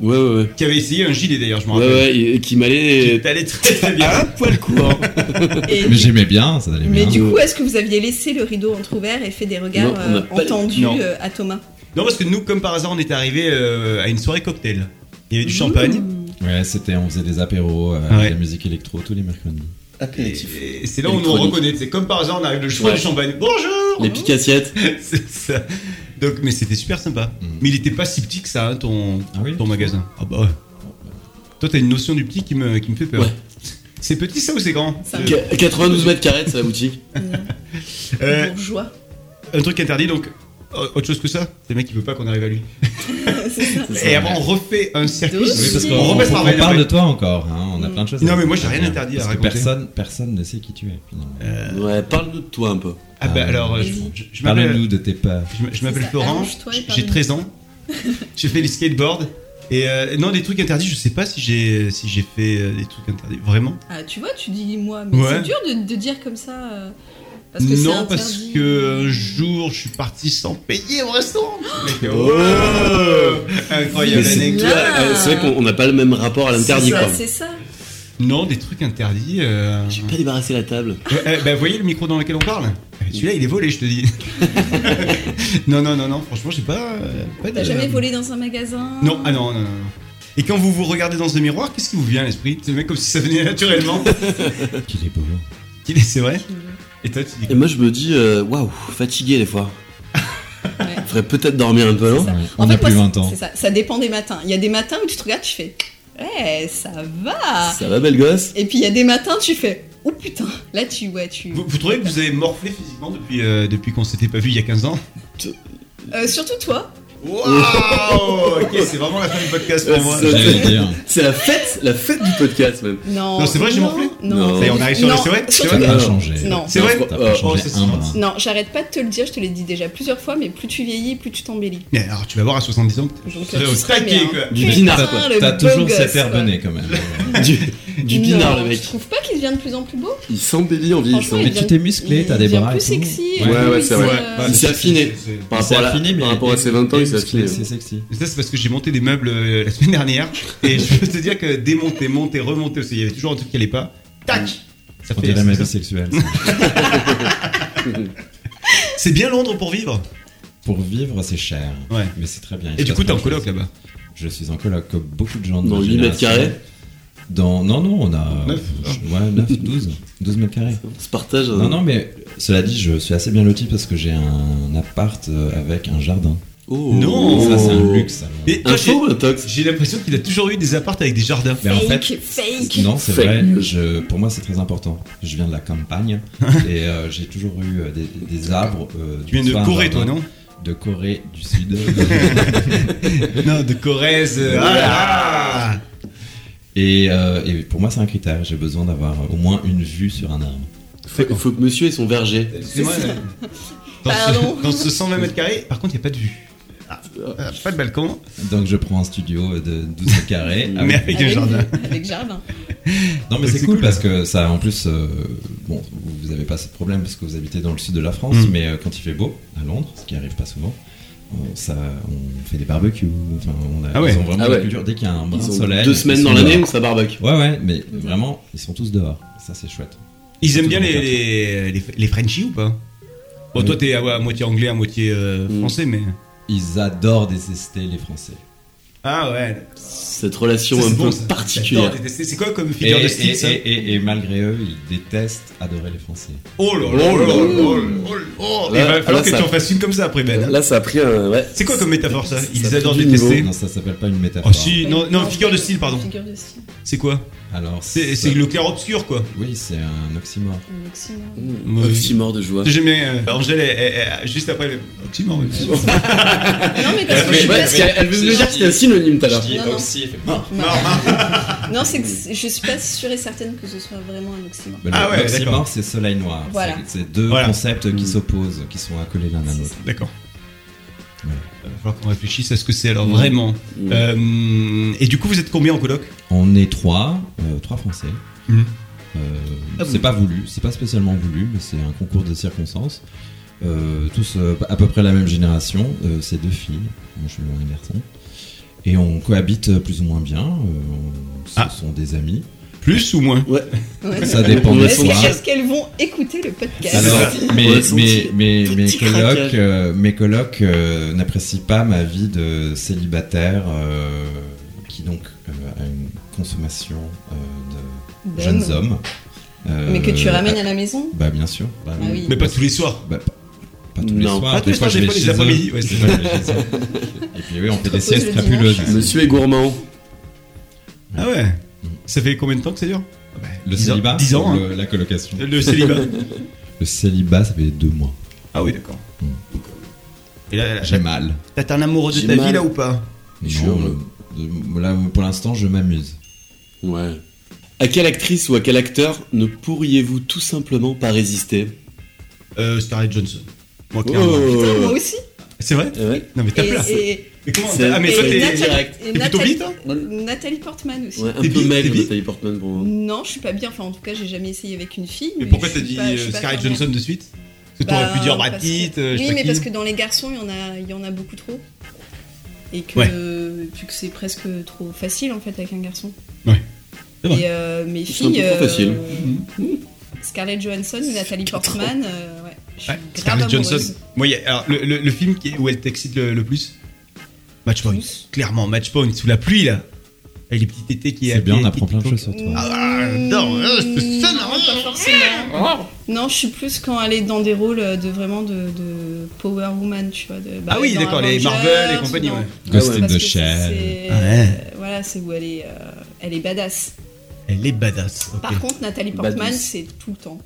[SPEAKER 13] Ouais, ouais, ouais.
[SPEAKER 7] qui avait essayé un gilet d'ailleurs, je me
[SPEAKER 13] Ouais,
[SPEAKER 7] rappelle.
[SPEAKER 13] ouais, et- et qui m'allait.
[SPEAKER 7] T'allais très très bien.
[SPEAKER 13] à
[SPEAKER 11] Ah.
[SPEAKER 13] un poil court.
[SPEAKER 7] hein.
[SPEAKER 12] Et-
[SPEAKER 11] Mais j'aimais bien, ça allait
[SPEAKER 12] Mais
[SPEAKER 11] bien.
[SPEAKER 12] du coup, est-ce que vous aviez laissé le rideau entrouvert et fait des regards
[SPEAKER 13] Non, on n'a
[SPEAKER 12] euh,
[SPEAKER 13] pas-
[SPEAKER 12] entendus
[SPEAKER 7] non.
[SPEAKER 12] euh, à Thomas
[SPEAKER 7] Non, parce que nous, comme par hasard, on était arrivés euh, à une soirée cocktail. Il y avait du champagne.
[SPEAKER 11] Ouais, c'était, on faisait des apéros, euh, avec
[SPEAKER 7] Ouais.
[SPEAKER 11] la musique électro tous les mercredis.
[SPEAKER 13] Apéritif.
[SPEAKER 7] Et- Et c'est là où on nous
[SPEAKER 13] Électronique.
[SPEAKER 7] reconnaît. C'est comme par hasard, on arrive le choix
[SPEAKER 13] Ouais.
[SPEAKER 7] du champagne. Bonjour
[SPEAKER 13] Les piques assiettes.
[SPEAKER 7] C'est ça. Donc, mais c'était super sympa.
[SPEAKER 11] Mm.
[SPEAKER 7] Mais il était pas si petit que ça, hein, ton,
[SPEAKER 11] Ah oui
[SPEAKER 7] ton magasin. Ah bah ouais. Toi, t'as une notion du petit qui me, qui me fait peur.
[SPEAKER 13] Ouais.
[SPEAKER 7] C'est petit ça ou c'est grand
[SPEAKER 12] Ça
[SPEAKER 7] Euh,
[SPEAKER 13] Qu- 92 mètres carrés, c'est la boutique.
[SPEAKER 7] euh,
[SPEAKER 12] Bourgeois.
[SPEAKER 7] Un truc interdit donc. euh, Autre chose que ça C'est le mec qui veut pas qu'on arrive à lui.
[SPEAKER 12] C'est ça.
[SPEAKER 7] Et après, on refait un circuit.
[SPEAKER 12] Oui,
[SPEAKER 11] Oui, parce
[SPEAKER 12] si.
[SPEAKER 11] qu'on
[SPEAKER 7] on
[SPEAKER 11] on-
[SPEAKER 7] repasse
[SPEAKER 11] on
[SPEAKER 7] par Rennes,
[SPEAKER 11] parle de
[SPEAKER 7] après.
[SPEAKER 11] toi encore, hein, on a plein de choses. à
[SPEAKER 7] Non, mais moi,
[SPEAKER 11] dire.
[SPEAKER 7] j'ai rien interdit à
[SPEAKER 11] Parce que
[SPEAKER 7] raconter.
[SPEAKER 11] Personne, personne ne sait qui tu es. finalement.
[SPEAKER 13] Ouais, parle de toi un peu.
[SPEAKER 7] Ah bah
[SPEAKER 11] Ah,
[SPEAKER 7] alors, euh, je,
[SPEAKER 12] vas-y.
[SPEAKER 7] je- je m'appelle.
[SPEAKER 11] Parle-nous de tes peurs.
[SPEAKER 7] Je m- je m'appelle
[SPEAKER 12] ça,
[SPEAKER 7] Florent,
[SPEAKER 12] allonge-toi et
[SPEAKER 7] j'ai
[SPEAKER 12] parle-nous.
[SPEAKER 7] 13 ans, j'ai fait du skateboard, Et euh, non, des trucs interdits, je sais pas si j'ai si j'ai fait euh, des trucs interdits, vraiment.
[SPEAKER 12] Ah, tu vois, tu dis moi, mais
[SPEAKER 7] Ouais.
[SPEAKER 12] c'est dur de, de dire comme ça. euh, Parce que c'est
[SPEAKER 7] non, parce
[SPEAKER 12] interdit.
[SPEAKER 7] que un jour, je suis parti sans payer au restaurant. Mec,
[SPEAKER 13] Oh.
[SPEAKER 7] wow. Incroyable
[SPEAKER 13] Mais c'est
[SPEAKER 7] anecdote.
[SPEAKER 13] toi, euh, c'est vrai qu'on on n'a pas le même rapport à l'interdit,
[SPEAKER 12] C'est
[SPEAKER 13] quoi.
[SPEAKER 12] ça, C'est ça.
[SPEAKER 7] Non, des trucs interdits. euh,
[SPEAKER 13] J'ai pas débarrassé la table.
[SPEAKER 7] Euh, euh, bah, voyez le micro dans lequel on parle Eh, Celui-là, il est volé, je te dis. non, non, non, non, franchement, j'ai pas. euh, pas
[SPEAKER 12] T'as
[SPEAKER 7] de-
[SPEAKER 12] jamais volé dans un magasin
[SPEAKER 7] Non, ah non, non, non. non. Et quand vous vous regardez dans le miroir, qu'est-ce qui vous vient à l'esprit C'est le mec comme si ça venait naturellement.
[SPEAKER 11] Qu'il est beau.
[SPEAKER 7] Qu'il est- C'est vrai Et toi, tu dis
[SPEAKER 13] Et moi, je me dis, euh, waouh, fatigué des fois.
[SPEAKER 12] Ouais.
[SPEAKER 13] Faudrait peut-être dormir un peu, non
[SPEAKER 12] Ça.
[SPEAKER 11] Ouais,
[SPEAKER 12] En
[SPEAKER 11] on
[SPEAKER 12] fait,
[SPEAKER 11] a plus
[SPEAKER 12] moi,
[SPEAKER 11] 20 ans.
[SPEAKER 12] C'est ça. Ça dépend des matins. Il y a des matins où tu te regardes, tu fais, ouais, ça va.
[SPEAKER 13] Ça va, belle gosse
[SPEAKER 12] Et puis il y a des matins, tu fais, oh putain. Là, tu, ouais, tu.
[SPEAKER 7] Vous, vous trouvez que vous avez morflé physiquement depuis, euh, depuis qu'on s'était pas vu il y a 15 ans
[SPEAKER 12] Euh, surtout toi.
[SPEAKER 7] Waouh Ok, c'est vraiment la fin du podcast pour moi.
[SPEAKER 13] Ça, c'est-
[SPEAKER 11] J'allais dire.
[SPEAKER 13] C'est la fête, la fête du podcast, même.
[SPEAKER 12] Non.
[SPEAKER 7] Non, c'est vrai, j'ai morflé
[SPEAKER 12] Non.
[SPEAKER 13] Non.
[SPEAKER 7] Ça y est, on arrive sur le-
[SPEAKER 12] Non,
[SPEAKER 7] c'est vrai, tu
[SPEAKER 12] surtout
[SPEAKER 11] T'as
[SPEAKER 7] vois
[SPEAKER 12] que-
[SPEAKER 11] pas changé.
[SPEAKER 12] Non.
[SPEAKER 7] C'est vrai
[SPEAKER 11] T'as pas
[SPEAKER 13] Oh,
[SPEAKER 11] changé
[SPEAKER 7] ça, c'est
[SPEAKER 11] un
[SPEAKER 7] gentil.
[SPEAKER 11] brin.
[SPEAKER 12] Non, j'arrête pas de te le dire, je te l'ai dit déjà plusieurs fois, mais plus tu vieillis, plus tu t'embellis.
[SPEAKER 7] Mais alors, tu vas voir à 70 ans,
[SPEAKER 12] Donc,
[SPEAKER 7] tu serais
[SPEAKER 12] tu
[SPEAKER 7] au
[SPEAKER 12] serais
[SPEAKER 7] taquet,
[SPEAKER 12] bien.
[SPEAKER 7] quoi.
[SPEAKER 13] Du
[SPEAKER 12] Putain,
[SPEAKER 13] pinard, quoi.
[SPEAKER 12] le
[SPEAKER 11] T'as
[SPEAKER 12] beau
[SPEAKER 11] toujours
[SPEAKER 12] gosse,
[SPEAKER 11] cet air
[SPEAKER 12] quoi.
[SPEAKER 11] bonnet quand même.
[SPEAKER 13] Du, du
[SPEAKER 12] Non,
[SPEAKER 13] pinard, le
[SPEAKER 12] Tu
[SPEAKER 13] mec.
[SPEAKER 12] trouves pas qu'il devient de plus en plus beau
[SPEAKER 13] Il s'embellit en vieillissant.
[SPEAKER 12] Franchement, il
[SPEAKER 11] Mais tu t'es musclé,
[SPEAKER 12] Il
[SPEAKER 11] t'as des
[SPEAKER 12] devient
[SPEAKER 11] bras.
[SPEAKER 12] plus
[SPEAKER 11] et tout.
[SPEAKER 12] sexy.
[SPEAKER 11] Ouais.
[SPEAKER 13] Ouais, ouais,
[SPEAKER 12] il
[SPEAKER 13] c'est
[SPEAKER 12] se-
[SPEAKER 13] vrai.
[SPEAKER 12] euh,
[SPEAKER 13] Il s'est affiné.
[SPEAKER 7] C'est-
[SPEAKER 13] Par
[SPEAKER 11] Il s'est
[SPEAKER 13] rapport, à, la-
[SPEAKER 11] affiné, mais
[SPEAKER 13] par rapport à ses 20 ans, il s'est affiné.
[SPEAKER 11] C'est sexy.
[SPEAKER 7] Mais ça, c'est parce que j'ai monté des meubles euh, la semaine dernière. Et je peux te dire que démonter, monter, remonter aussi, il y avait toujours un truc qui allait pas. Tac Ça
[SPEAKER 11] On
[SPEAKER 7] fait.
[SPEAKER 11] dirait ma
[SPEAKER 7] ça-
[SPEAKER 11] vie sexuelle.
[SPEAKER 7] C'est bien Londres pour vivre.
[SPEAKER 11] Pour vivre, c'est cher.
[SPEAKER 7] Ouais.
[SPEAKER 11] Mais c'est très bien. Il
[SPEAKER 7] Et
[SPEAKER 11] se
[SPEAKER 7] du
[SPEAKER 11] passe
[SPEAKER 7] coup, t'es en
[SPEAKER 11] plein de
[SPEAKER 7] coloc
[SPEAKER 11] choses.
[SPEAKER 7] là-bas.
[SPEAKER 11] Je suis en coloc comme beaucoup de gens. de
[SPEAKER 13] Dans
[SPEAKER 11] notre
[SPEAKER 13] 8 mètres
[SPEAKER 11] génération.
[SPEAKER 13] carrés
[SPEAKER 11] Dans... Non, non, on a.
[SPEAKER 7] Neuf, hein.
[SPEAKER 11] Ouais, 9, 12. 12 mètres carrés.
[SPEAKER 13] On se partage. euh,
[SPEAKER 11] Non, non, mais cela dit, je suis assez bien loti parce que j'ai un appart euh, avec un jardin.
[SPEAKER 13] Oh.
[SPEAKER 7] Non.
[SPEAKER 11] Ça, c'est un luxe. alors.
[SPEAKER 7] Et toi,
[SPEAKER 13] Un
[SPEAKER 7] j'ai-
[SPEAKER 13] faux ou un tox
[SPEAKER 7] J'ai l'impression qu'il a toujours eu des appartes avec des jardins.
[SPEAKER 11] Mais en fait,
[SPEAKER 12] Fake, fake.
[SPEAKER 11] Non, c'est
[SPEAKER 13] Fake
[SPEAKER 11] vrai.
[SPEAKER 13] news.
[SPEAKER 11] Je, pour moi, c'est très important. Je viens de la campagne et euh, j'ai toujours eu euh, des, des arbres. euh,
[SPEAKER 7] Tu viens de
[SPEAKER 11] soit un
[SPEAKER 7] Corée, toi,
[SPEAKER 11] jardin-
[SPEAKER 7] non
[SPEAKER 11] De Corée du Sud.
[SPEAKER 7] Non, de Corrèze. euh, Ah là là
[SPEAKER 11] et, euh, et pour moi, c'est un critère. J'ai besoin d'avoir euh, au moins une vue sur un arbre.
[SPEAKER 13] Faut, faut que monsieur ait son verger.
[SPEAKER 7] Excusez-moi. euh, Dans
[SPEAKER 12] Pardon.
[SPEAKER 7] ce, dans ce 120 mètres carrés, par contre, il n'y a pas de vue. Ah, euh, pas de balcon,
[SPEAKER 11] Donc, je prends un studio de 12 mètres carrés. avec-
[SPEAKER 7] mais avec un jardin.
[SPEAKER 12] Avec jardin.
[SPEAKER 11] Non, mais
[SPEAKER 7] Donc,
[SPEAKER 11] c'est
[SPEAKER 7] c'est
[SPEAKER 11] cool,
[SPEAKER 7] cool.
[SPEAKER 11] parce que ça, en plus, euh, bon, vous- vous n'avez pas ce problème parce que vous habitez dans le sud de la France,
[SPEAKER 7] Mm.
[SPEAKER 11] mais euh, quand il fait beau à Londres, ce qui arrive pas souvent. On, ça, on fait des barbecues, enfin, on a,
[SPEAKER 7] Ah ouais.
[SPEAKER 11] ils ont vraiment
[SPEAKER 13] Ah
[SPEAKER 11] la
[SPEAKER 13] ouais.
[SPEAKER 11] culture. Dès qu'il y a un brin
[SPEAKER 13] Ils
[SPEAKER 11] de
[SPEAKER 13] ont
[SPEAKER 11] soleil.
[SPEAKER 13] deux
[SPEAKER 11] ils
[SPEAKER 13] semaines
[SPEAKER 11] sont
[SPEAKER 13] dans l'année Mm. où
[SPEAKER 11] dehors.
[SPEAKER 13] ça barbaque.
[SPEAKER 11] Ouais, ouais, mais vraiment, ils sont tous dehors. Ça, c'est chouette.
[SPEAKER 7] Ils aiment bien
[SPEAKER 11] Surtout
[SPEAKER 7] les,
[SPEAKER 11] dans
[SPEAKER 7] les,
[SPEAKER 11] le
[SPEAKER 7] les, les Frenchies ou pas Bon,
[SPEAKER 11] Oui.
[SPEAKER 7] toi, t'es à, à moitié anglais, à moitié euh,
[SPEAKER 13] Mm.
[SPEAKER 7] français, mais.
[SPEAKER 11] Ils adorent détester les Français.
[SPEAKER 7] Ah ouais,
[SPEAKER 13] Cette relation
[SPEAKER 7] Ça,
[SPEAKER 13] un
[SPEAKER 7] c'est bon,
[SPEAKER 13] peu
[SPEAKER 7] ça.
[SPEAKER 13] particulière.
[SPEAKER 7] J'adore détester. C'est quoi comme
[SPEAKER 11] Et,
[SPEAKER 7] figure de style
[SPEAKER 11] et-
[SPEAKER 7] ça
[SPEAKER 11] et- et- et malgré eux, ils détestent adorer les Français.
[SPEAKER 7] Oh là là
[SPEAKER 13] Oh là
[SPEAKER 7] là
[SPEAKER 13] là.
[SPEAKER 7] là là là.
[SPEAKER 13] Là,
[SPEAKER 7] Il va falloir
[SPEAKER 13] là,
[SPEAKER 7] que
[SPEAKER 13] ça-
[SPEAKER 7] tu en fasses une comme ça après Ben. hein.
[SPEAKER 13] Là, ça a pris un. Ouais.
[SPEAKER 7] C'est quoi comme métaphore ça Ils
[SPEAKER 13] fait
[SPEAKER 7] adorent
[SPEAKER 13] du
[SPEAKER 7] détester.
[SPEAKER 11] Non, ça s'appelle pas une métaphore.
[SPEAKER 7] Oh si, non, non, figure de style, pardon.
[SPEAKER 12] Figure de style.
[SPEAKER 7] C'est quoi
[SPEAKER 11] Alors,
[SPEAKER 7] C'est c'est le clair obscur quoi.
[SPEAKER 11] Oui, c'est un oxymore.
[SPEAKER 12] Un oxymore.
[SPEAKER 13] Mmh, Un petit mort de joie.
[SPEAKER 7] J'aimais euh, Angèle elle- elle- elle- juste après le. Oxymore, oui.
[SPEAKER 12] Ah Non, mais
[SPEAKER 13] Elle,
[SPEAKER 12] parce que je suis
[SPEAKER 13] ouais,
[SPEAKER 12] pas
[SPEAKER 13] parce qu'elle- elle veut me dire que c'était un synonyme tout à l'heure.
[SPEAKER 11] Je dis
[SPEAKER 12] Non, non.
[SPEAKER 11] oxy, elle fait
[SPEAKER 7] Ah.
[SPEAKER 11] mort.
[SPEAKER 12] Non, c'est que je suis pas sûre et certaine que ce soit vraiment un oxymore.
[SPEAKER 11] Ben,
[SPEAKER 7] Ah ouais, d'accord.
[SPEAKER 11] L'oxymore, c'est soleil noir.
[SPEAKER 12] Voilà.
[SPEAKER 11] C'est c'est deux
[SPEAKER 7] Voilà. Mm.
[SPEAKER 11] concepts qui s'opposent, qui sont accolés l'un à l'autre.
[SPEAKER 7] D'accord. Il
[SPEAKER 11] Voilà.
[SPEAKER 7] va falloir qu'on réfléchisse à ce que c'est alors vraiment.
[SPEAKER 13] Mmh.
[SPEAKER 7] Euh, et du coup, vous êtes combien en coloc
[SPEAKER 11] On est trois, euh, trois Français.
[SPEAKER 7] Mhm.
[SPEAKER 11] Euh,
[SPEAKER 7] Ah
[SPEAKER 11] c'est pas voulu, c'est pas spécialement voulu, mais c'est un concours de circonstances. Euh, tous euh, à peu près la même génération, euh, c'est deux filles, moi je suis un garçon. Et on cohabite plus ou moins bien, euh, on- ce
[SPEAKER 7] Ah.
[SPEAKER 11] sont des amis.
[SPEAKER 7] Plus ou moins
[SPEAKER 12] Ouais.
[SPEAKER 11] Ça dépend des
[SPEAKER 12] Est-ce que-
[SPEAKER 11] soirs.
[SPEAKER 12] est-ce qu'elles vont écouter le podcast
[SPEAKER 11] Alors, mes,
[SPEAKER 13] Ouais, son
[SPEAKER 11] mes,
[SPEAKER 13] petit-
[SPEAKER 11] mes,
[SPEAKER 13] petit
[SPEAKER 11] mes
[SPEAKER 13] craquage.
[SPEAKER 11] colocs, euh, mes colocs, euh, n'apprécient pas ma vie de célibataire euh, qui donc euh, a une consommation euh, de
[SPEAKER 12] D'hommes.
[SPEAKER 11] jeunes hommes. Euh,
[SPEAKER 12] Ben Mais que tu ramènes à la maison
[SPEAKER 11] Bah bien sûr. Bah,
[SPEAKER 12] Ah oui.
[SPEAKER 7] Mais pas tous les soirs.
[SPEAKER 11] bah, pas- pas tous les
[SPEAKER 13] Non.
[SPEAKER 11] soirs.
[SPEAKER 7] Pas tous les soirs,
[SPEAKER 11] je
[SPEAKER 7] des
[SPEAKER 11] vais
[SPEAKER 7] fois, les
[SPEAKER 11] chez eux.
[SPEAKER 7] après-midi, ouais, c'est
[SPEAKER 11] Des fois, je vais chez eux. Et puis oui, on fait
[SPEAKER 12] te
[SPEAKER 11] des
[SPEAKER 12] reposes
[SPEAKER 11] siestes
[SPEAKER 12] le
[SPEAKER 11] fabuleuses.
[SPEAKER 12] dimanche.
[SPEAKER 13] Monsieur est gourmand.
[SPEAKER 7] Ah ouais Ça fait combien de temps que ça dure
[SPEAKER 11] Le
[SPEAKER 7] Dix ans-
[SPEAKER 11] célibat
[SPEAKER 7] dix ans,
[SPEAKER 11] ou
[SPEAKER 7] hein.
[SPEAKER 11] le- la colocation.
[SPEAKER 7] Le célibat
[SPEAKER 11] Le célibat, ça fait deux mois.
[SPEAKER 7] Ah oui, d'accord.
[SPEAKER 11] Mm.
[SPEAKER 7] Et là, là,
[SPEAKER 11] J'ai
[SPEAKER 7] là,
[SPEAKER 11] mal.
[SPEAKER 7] t'as un amoureux de
[SPEAKER 13] J'ai
[SPEAKER 7] ta vie
[SPEAKER 13] mal.
[SPEAKER 7] là ou pas
[SPEAKER 11] Mais
[SPEAKER 13] Je suis
[SPEAKER 11] non,
[SPEAKER 13] heureux.
[SPEAKER 11] le- là, pour l'instant, je m'amuse.
[SPEAKER 13] Ouais. À quelle actrice ou à quel acteur ne pourriez-vous tout simplement pas résister
[SPEAKER 7] euh, Scarlett Johnson. Moi,
[SPEAKER 13] Oh.
[SPEAKER 7] clairement.
[SPEAKER 13] Euh,
[SPEAKER 12] Putain, Moi aussi.
[SPEAKER 7] C'est vrai
[SPEAKER 13] Eh ouais.
[SPEAKER 7] Non mais t'as
[SPEAKER 12] Et,
[SPEAKER 7] peur.
[SPEAKER 12] et-
[SPEAKER 7] Mais comment
[SPEAKER 13] C'est-
[SPEAKER 7] Ah, mais
[SPEAKER 12] Et
[SPEAKER 7] toi, t'es
[SPEAKER 12] Nathalie-
[SPEAKER 13] direct.
[SPEAKER 12] et
[SPEAKER 7] t'es plutôt
[SPEAKER 12] Nathalie-
[SPEAKER 7] vite, hein
[SPEAKER 12] Nathalie Portman aussi.
[SPEAKER 13] Ouais, un
[SPEAKER 7] T'es
[SPEAKER 13] peu
[SPEAKER 7] bi- t'es
[SPEAKER 13] maigre,
[SPEAKER 7] bi-
[SPEAKER 13] Nathalie Portman pour moi.
[SPEAKER 12] Non, je suis pas bien. Enfin, en tout cas, j'ai jamais essayé avec une fille.
[SPEAKER 7] Mais pourquoi
[SPEAKER 12] je
[SPEAKER 7] t'as
[SPEAKER 12] suis
[SPEAKER 7] dit
[SPEAKER 12] pas- je
[SPEAKER 7] euh,
[SPEAKER 12] suis pas
[SPEAKER 7] Scarlett
[SPEAKER 12] fermée.
[SPEAKER 7] Johnson de suite Parce que t'aurais pu dire
[SPEAKER 12] Bah,
[SPEAKER 7] Brad
[SPEAKER 12] parce
[SPEAKER 7] Pitt,
[SPEAKER 12] que-
[SPEAKER 7] euh, je
[SPEAKER 12] Oui,
[SPEAKER 7] sais pas
[SPEAKER 12] mais
[SPEAKER 7] qui.
[SPEAKER 12] parce que dans les garçons, il y en a, il y en a beaucoup trop. Et que,
[SPEAKER 7] Ouais.
[SPEAKER 12] euh, vu que c'est presque trop facile en fait avec un garçon.
[SPEAKER 7] Ouais. C'est vrai. Mm.
[SPEAKER 12] Et euh, mes
[SPEAKER 13] C'est un peu
[SPEAKER 12] filles. euh,
[SPEAKER 13] trop facile.
[SPEAKER 12] Scarlett Johansson, Nathalie Portman, euh, ouais. Je suis
[SPEAKER 7] Ouais,
[SPEAKER 12] grave
[SPEAKER 7] Scarlett
[SPEAKER 12] amoureuse.
[SPEAKER 7] Johnson. Moi, il y a- alors, le, le- le film qui est- où elle t'excite le, le plus Matchpoint. Clairement, Matchpoint, sous la pluie, là. Avec les petits tétés qui
[SPEAKER 11] C'est bien,
[SPEAKER 7] qui-
[SPEAKER 11] on
[SPEAKER 7] qui-
[SPEAKER 11] apprend plein de
[SPEAKER 7] qui-
[SPEAKER 11] choses sur toi.
[SPEAKER 7] Ah, non, euh, c'est ça, non,
[SPEAKER 12] Non, pas
[SPEAKER 7] Oh.
[SPEAKER 12] forcément. Non, je suis plus quand elle est dans des rôles euh, de vraiment de, de Power Woman, tu vois. de- bah,
[SPEAKER 7] Ah oui,
[SPEAKER 12] dans
[SPEAKER 7] d'accord, les
[SPEAKER 12] Avengers,
[SPEAKER 7] Marvel et compagnie,
[SPEAKER 12] dans-
[SPEAKER 7] ouais. Ah
[SPEAKER 11] Ghost
[SPEAKER 13] ouais.
[SPEAKER 11] in
[SPEAKER 12] Parce
[SPEAKER 11] the
[SPEAKER 12] que
[SPEAKER 11] Shell.
[SPEAKER 12] c'est-
[SPEAKER 7] Ouais.
[SPEAKER 12] Voilà, c'est où elle est, euh, elle est badass.
[SPEAKER 7] Elle est badass. ok.
[SPEAKER 12] Par contre, Nathalie
[SPEAKER 13] Badass.
[SPEAKER 12] Portman, c'est tout le temps.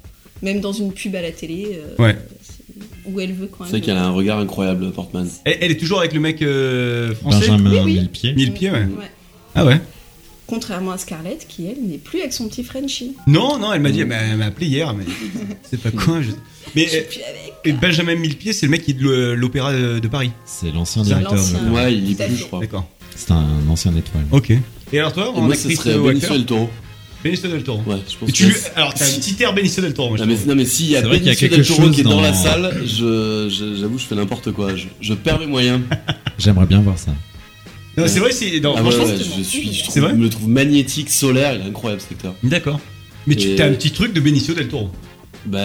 [SPEAKER 12] Même dans une pub à la télé, euh,
[SPEAKER 7] Ouais.
[SPEAKER 12] c'est où elle veut quand même.
[SPEAKER 13] C'est vrai qu'elle a un regard incroyable, Portman.
[SPEAKER 7] Elle, elle est toujours avec le mec euh, français.
[SPEAKER 11] Benjamin
[SPEAKER 12] Oui, oui.
[SPEAKER 11] Millepied.
[SPEAKER 7] Mille pieds, ouais.
[SPEAKER 12] Ouais.
[SPEAKER 7] Ah ouais
[SPEAKER 12] Contrairement à Scarlett, qui elle n'est plus avec son petit Frenchie.
[SPEAKER 7] Non, non, elle
[SPEAKER 11] Mm.
[SPEAKER 7] m'a dit, elle m'a- elle m'a appelé hier, mais c'est pas quoi. je-
[SPEAKER 12] Je suis
[SPEAKER 7] Mais
[SPEAKER 12] plus avec.
[SPEAKER 7] euh, Benjamin Millepied, c'est le mec qui est de l'o- l'opéra euh, de Paris.
[SPEAKER 11] C'est l'ancien
[SPEAKER 7] C'est
[SPEAKER 11] directeur.
[SPEAKER 12] l'ancien.
[SPEAKER 11] de-
[SPEAKER 12] Ouais,
[SPEAKER 13] Ouais, il y
[SPEAKER 12] tout à
[SPEAKER 13] est plus,
[SPEAKER 12] fait.
[SPEAKER 13] je
[SPEAKER 11] Oh.
[SPEAKER 13] crois. Et
[SPEAKER 7] D'accord.
[SPEAKER 11] C'est un ancien étoile.
[SPEAKER 7] Ok. Et alors toi, en
[SPEAKER 13] moi, ce
[SPEAKER 7] actrice euh,
[SPEAKER 13] serait
[SPEAKER 7] ou
[SPEAKER 13] Benicio
[SPEAKER 7] acteur
[SPEAKER 13] del Toro.
[SPEAKER 7] Benicio del Toro.
[SPEAKER 13] Ouais, je pense
[SPEAKER 7] Et tu
[SPEAKER 13] que
[SPEAKER 7] lui- Alors t'as un petit air Benicio del Toro, moi je
[SPEAKER 13] Non mais,
[SPEAKER 7] trouve.
[SPEAKER 13] non mais s'il y a
[SPEAKER 11] C'est vrai qu'il y a
[SPEAKER 13] Benicio
[SPEAKER 11] quelque
[SPEAKER 13] del Toro
[SPEAKER 11] chose
[SPEAKER 13] qui est dans,
[SPEAKER 11] dans-
[SPEAKER 13] la salle, je, je- j'avoue je fais n'importe quoi, je, je perds mes moyens.
[SPEAKER 11] J'aimerais bien voir ça.
[SPEAKER 7] Non, c'est vrai, c'est. non,
[SPEAKER 13] Ah ouais,
[SPEAKER 7] franchement,
[SPEAKER 13] ouais,
[SPEAKER 12] c'est-
[SPEAKER 13] je, suis, je, trouve-
[SPEAKER 7] C'est vrai
[SPEAKER 13] je me trouve magnétique, solaire, il est incroyable cet acteur.
[SPEAKER 7] D'accord. Mais tu
[SPEAKER 13] Et-
[SPEAKER 7] t'as un petit truc de Benicio del Toro.
[SPEAKER 13] Bah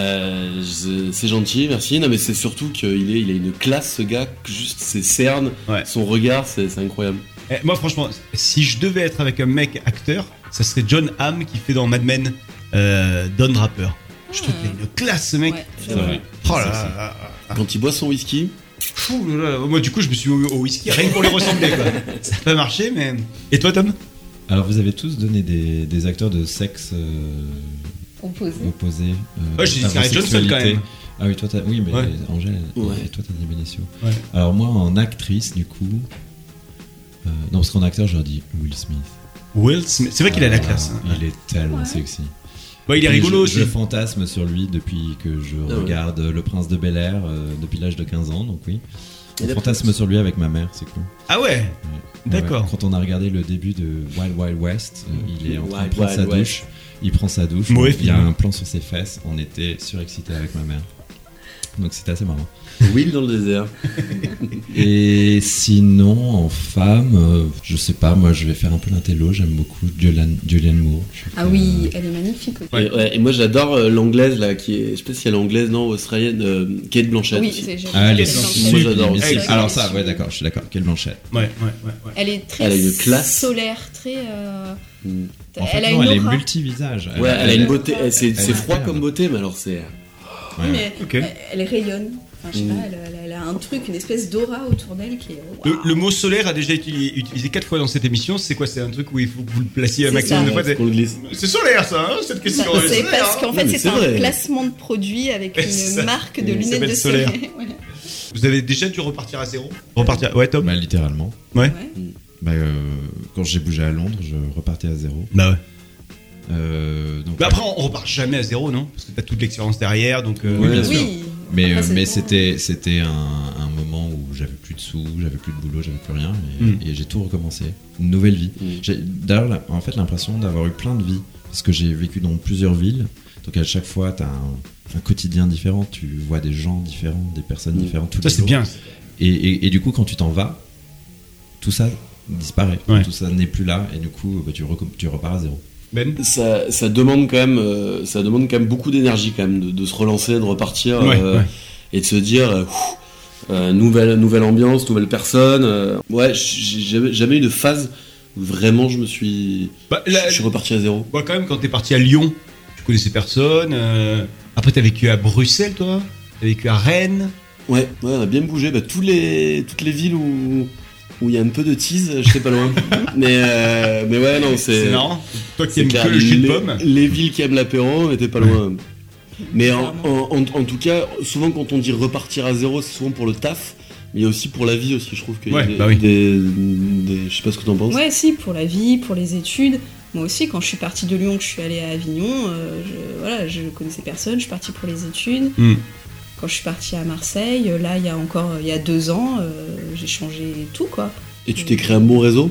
[SPEAKER 13] je- c'est gentil, merci. Non mais c'est surtout qu'il est, il a une classe ce gars, que juste ses cernes,
[SPEAKER 7] Ouais.
[SPEAKER 13] son regard, c'est, c'est incroyable.
[SPEAKER 7] Eh, moi, franchement, si je devais être avec un mec acteur, ça serait John Hamm qui fait dans Mad Men euh, Don Draper. Je trouve qu'il a une classe, ce mec.
[SPEAKER 12] Ouais, c'est
[SPEAKER 11] C'est
[SPEAKER 12] vrai.
[SPEAKER 11] vrai.
[SPEAKER 7] Oh là
[SPEAKER 11] C'est
[SPEAKER 7] là
[SPEAKER 11] ça.
[SPEAKER 7] là là.
[SPEAKER 13] Quand il boit son whisky,
[SPEAKER 7] Fou, là, là. Moi, du coup, je me suis mis au whisky rien que pour les ressembler. Quoi. Ça n'a pas marché, mais. Et toi, Tom
[SPEAKER 11] Alors, vous avez tous donné des, des acteurs de sexe euh,
[SPEAKER 12] On pose.
[SPEAKER 11] opposé. euh,
[SPEAKER 7] Ouais, j'ai dit Scarlett Johansson,
[SPEAKER 11] homosexualité.
[SPEAKER 7] quand même.
[SPEAKER 11] Ah oui, toi t'as. Oui, mais
[SPEAKER 7] Ouais.
[SPEAKER 11] Angèle, et-
[SPEAKER 13] Ouais.
[SPEAKER 11] et toi t'as dit Benicio.
[SPEAKER 7] Ouais.
[SPEAKER 11] Alors, moi en actrice, du coup. euh, non, parce qu'en acteur, j'aurais dit Will Smith.
[SPEAKER 7] Will Smith. C'est vrai qu'il a la
[SPEAKER 11] Ah,
[SPEAKER 7] classe. hein.
[SPEAKER 11] Il est tellement
[SPEAKER 12] Ouais.
[SPEAKER 11] sexy.
[SPEAKER 7] Bon, il est
[SPEAKER 11] Et
[SPEAKER 7] rigolo
[SPEAKER 11] je,
[SPEAKER 7] aussi.
[SPEAKER 11] Je fantasme sur lui depuis que je
[SPEAKER 13] Ah ouais.
[SPEAKER 11] regarde Le Prince de Bel Air euh, depuis l'âge de 15 ans, donc oui.
[SPEAKER 13] Et
[SPEAKER 11] On
[SPEAKER 13] la
[SPEAKER 11] fantasme sur lui avec ma mère, c'est cool.
[SPEAKER 7] Ah ouais D'accord.
[SPEAKER 11] Ouais, Quand on a regardé le début de Wild Wild West, euh, il est en train de
[SPEAKER 13] Mm. Wild
[SPEAKER 11] prendre
[SPEAKER 13] Wild
[SPEAKER 11] sa douche. Il prend sa douche.
[SPEAKER 7] Mauvais
[SPEAKER 11] il y a
[SPEAKER 7] film.
[SPEAKER 11] un plan sur ses fesses. On était surexcités avec ma mère. Donc c'était assez marrant.
[SPEAKER 13] Will dans le désert.
[SPEAKER 11] Et sinon, en femme, euh, je sais pas, moi je vais faire un peu l'intello, j'aime beaucoup Julianne, Julianne Moore. Je
[SPEAKER 12] Ah
[SPEAKER 11] fais,
[SPEAKER 12] oui, elle est magnifique. aussi.
[SPEAKER 7] Ouais.
[SPEAKER 13] Et, ouais, et moi j'adore euh, l'anglaise là, qui est, je sais pas si elle est anglaise, non, australienne, euh, Kate Blanchett.
[SPEAKER 12] Oui,
[SPEAKER 13] aussi.
[SPEAKER 12] c'est j'ai-
[SPEAKER 11] Ah, elle est
[SPEAKER 7] Quelle
[SPEAKER 12] j'adore.
[SPEAKER 7] blanchette.
[SPEAKER 11] sublime.
[SPEAKER 13] Moi, j'adore.
[SPEAKER 11] C'est-
[SPEAKER 7] Elle-
[SPEAKER 11] Alors Ah, ça, ouais, d'accord, je suis d'accord. Quelle blanchette.
[SPEAKER 7] Ouais, ouais, ouais. ouais.
[SPEAKER 12] Elle est très
[SPEAKER 13] Elle a une classe.
[SPEAKER 12] solaire, très. euh,
[SPEAKER 13] Mm.
[SPEAKER 11] En fait,
[SPEAKER 12] elle a
[SPEAKER 11] non,
[SPEAKER 12] une
[SPEAKER 11] elle est
[SPEAKER 12] aura.
[SPEAKER 11] multivisage.
[SPEAKER 13] Ouais, elle a une beauté, elle- c'est,
[SPEAKER 11] Elle
[SPEAKER 13] c'est
[SPEAKER 11] est
[SPEAKER 13] froid
[SPEAKER 11] superbe.
[SPEAKER 13] comme beauté, mais alors c'est.
[SPEAKER 11] ouais.
[SPEAKER 12] Mais
[SPEAKER 7] Ok.
[SPEAKER 12] elle- elle rayonne. Enfin, je sais
[SPEAKER 13] Mm.
[SPEAKER 12] pas, elle, elle- elle a un truc, une espèce d'aura autour d'elle qui est.
[SPEAKER 7] Le, le mot solaire a déjà été utilisé quatre fois dans cette émission. C'est quoi C'est un truc où il faut que vous le placiez un
[SPEAKER 12] C'est
[SPEAKER 7] maximum
[SPEAKER 12] ça.
[SPEAKER 7] de fois.
[SPEAKER 13] Ouais,
[SPEAKER 7] C'est-
[SPEAKER 13] qu'on le glisse.
[SPEAKER 7] C'est solaire, ça, hein, cette question.
[SPEAKER 12] Bah,
[SPEAKER 7] elle est
[SPEAKER 12] c'est
[SPEAKER 7] solaire,
[SPEAKER 12] parce
[SPEAKER 7] hein.
[SPEAKER 12] qu'en
[SPEAKER 13] Non,
[SPEAKER 12] fait,
[SPEAKER 13] mais
[SPEAKER 12] c'est
[SPEAKER 13] Mm, c'est
[SPEAKER 12] un
[SPEAKER 13] vrai.
[SPEAKER 12] placement de produit avec
[SPEAKER 7] Ouais,
[SPEAKER 12] une
[SPEAKER 7] c'est ça.
[SPEAKER 12] marque
[SPEAKER 7] Il
[SPEAKER 12] de lunettes
[SPEAKER 7] s'appelle
[SPEAKER 12] de
[SPEAKER 7] solaire.
[SPEAKER 12] soleil. Voilà.
[SPEAKER 7] hein. Vous avez déjà dû repartir à zéro Repartir. Ouais, Tom
[SPEAKER 11] Bah, littéralement.
[SPEAKER 7] Ouais.
[SPEAKER 11] Bah, euh, quand j'ai bougé à Londres, je repartais à zéro.
[SPEAKER 7] Bah ouais.
[SPEAKER 11] Euh, donc,
[SPEAKER 7] Mais Bah, après, on repart jamais à zéro, non Parce que t'as toute l'expérience derrière, donc. euh,
[SPEAKER 11] Oui, bien sûr.
[SPEAKER 12] Oui.
[SPEAKER 11] Mais,
[SPEAKER 12] Après,
[SPEAKER 11] euh,
[SPEAKER 12] c'est hein.
[SPEAKER 11] mais
[SPEAKER 12] le temps.
[SPEAKER 11] c'était, c'était un, un moment où j'avais plus de sous, j'avais plus de boulot, j'avais plus rien. Et,
[SPEAKER 7] Mm.
[SPEAKER 11] et j'ai tout recommencé. Une nouvelle vie.
[SPEAKER 13] Mm.
[SPEAKER 11] J'ai d'ailleurs la- en fait l'impression d'avoir eu plein de vies. Parce que j'ai vécu dans plusieurs villes. Donc à chaque fois, t'as un, un quotidien différent. Tu vois des gens différents, des personnes
[SPEAKER 13] Mm.
[SPEAKER 11] différentes. tous
[SPEAKER 7] Ça,
[SPEAKER 11] les
[SPEAKER 7] c'est
[SPEAKER 11] jours.
[SPEAKER 7] bien.
[SPEAKER 11] Et, et- et du coup, quand tu t'en vas, tout ça disparaît.
[SPEAKER 7] Ouais.
[SPEAKER 11] Tout ça n'est plus là. Et du coup, bah, tu, recom- tu repars à zéro.
[SPEAKER 7] Ben
[SPEAKER 13] Ça, ça demande quand même, euh, ça demande quand même beaucoup d'énergie quand même de, de se relancer, de repartir
[SPEAKER 7] Ouais,
[SPEAKER 13] euh,
[SPEAKER 7] ouais.
[SPEAKER 13] et de se dire euh, ouf, euh, nouvelle, nouvelle ambiance, nouvelle personne. euh. ouais, j'ai jamais, jamais eu de phase où vraiment je me suis,
[SPEAKER 7] Bah, là,
[SPEAKER 13] je suis reparti à zéro.
[SPEAKER 7] bah, quand même, quand t'es parti à Lyon, tu connaissais personne. euh, Après, t'as vécu à Bruxelles, toi T'as vécu à Rennes
[SPEAKER 13] Ouais, ouais, on a bien bougé. Bah, tous les, toutes les villes où où il y a un peu de tease, je sais pas loin. mais euh, mais ouais, non, c'est
[SPEAKER 7] C'est marrant. Toi qui
[SPEAKER 13] C'est
[SPEAKER 7] aimes
[SPEAKER 13] clair,
[SPEAKER 7] que le jus de
[SPEAKER 13] les-
[SPEAKER 7] pomme.
[SPEAKER 13] Les villes qui aiment l'apéro, on était pas loin. Mais en, en- en- en tout cas, souvent quand on dit repartir à zéro, c'est souvent pour le taf, mais il y a aussi pour la vie aussi, je trouve que
[SPEAKER 7] Ouais,
[SPEAKER 13] des,
[SPEAKER 7] bah oui.
[SPEAKER 13] des- des- je sais pas ce que t'en penses.
[SPEAKER 12] Ouais, si, pour la vie, pour les études. Moi aussi, quand je suis partie de Lyon, que je suis allée à Avignon, euh, je, voilà, je connaissais personne. Je suis partie pour les études.
[SPEAKER 7] Mm.
[SPEAKER 12] Quand je suis partie à Marseille, euh, là, il y a encore, il y a deux ans, euh, j'ai changé tout, quoi.
[SPEAKER 13] Et tu t'es créé un bon réseau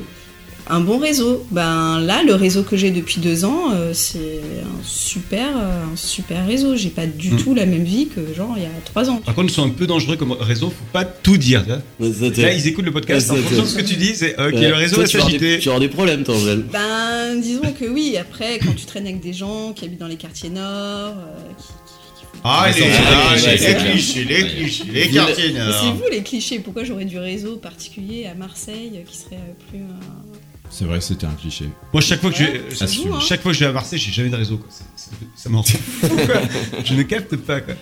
[SPEAKER 12] un bon réseau. Ben là, le réseau que j'ai depuis deux ans, euh, c'est un super, euh, un super réseau. J'ai pas du
[SPEAKER 7] Mm.
[SPEAKER 12] tout la même vie que genre il y a trois ans.
[SPEAKER 7] Par contre, ils sont un peu dangereux comme réseau, faut pas tout dire. tu vois. Là, ils écoutent le podcast, en fonction de ce que tu dis, c'est ok, le réseau
[SPEAKER 13] toi,
[SPEAKER 7] va
[SPEAKER 13] tu vas avoir des-
[SPEAKER 7] s'agiter.
[SPEAKER 13] Tu vas avoir des problèmes, toi, Angèle.
[SPEAKER 12] Ben disons que oui. Après, quand tu traînes avec des gens qui habitent dans les quartiers nord, euh, qui-
[SPEAKER 7] Ah, les,
[SPEAKER 13] Ouais,
[SPEAKER 7] ah,
[SPEAKER 13] ouais,
[SPEAKER 7] les-
[SPEAKER 13] c'est
[SPEAKER 7] les
[SPEAKER 13] clair.
[SPEAKER 7] clichés, les
[SPEAKER 11] Ouais.
[SPEAKER 7] clichés, les
[SPEAKER 13] Mais
[SPEAKER 7] quartiers
[SPEAKER 12] Mais
[SPEAKER 13] Euh,
[SPEAKER 12] c'est
[SPEAKER 7] nord.
[SPEAKER 12] vous les clichés. Pourquoi j'aurais du réseau particulier à Marseille euh, qui serait euh, plus euh,
[SPEAKER 11] C'est vrai que c'était un cliché.
[SPEAKER 7] Moi, chaque fois que je,
[SPEAKER 12] Ouais,
[SPEAKER 11] c'est vous,
[SPEAKER 7] chaque-
[SPEAKER 12] hein.
[SPEAKER 7] chaque fois que je vais à Marseille, j'ai jamais de réseau. Quoi. C'est- c'est- ça m'en rend fou, quoi. Je ne capte pas. Quoi.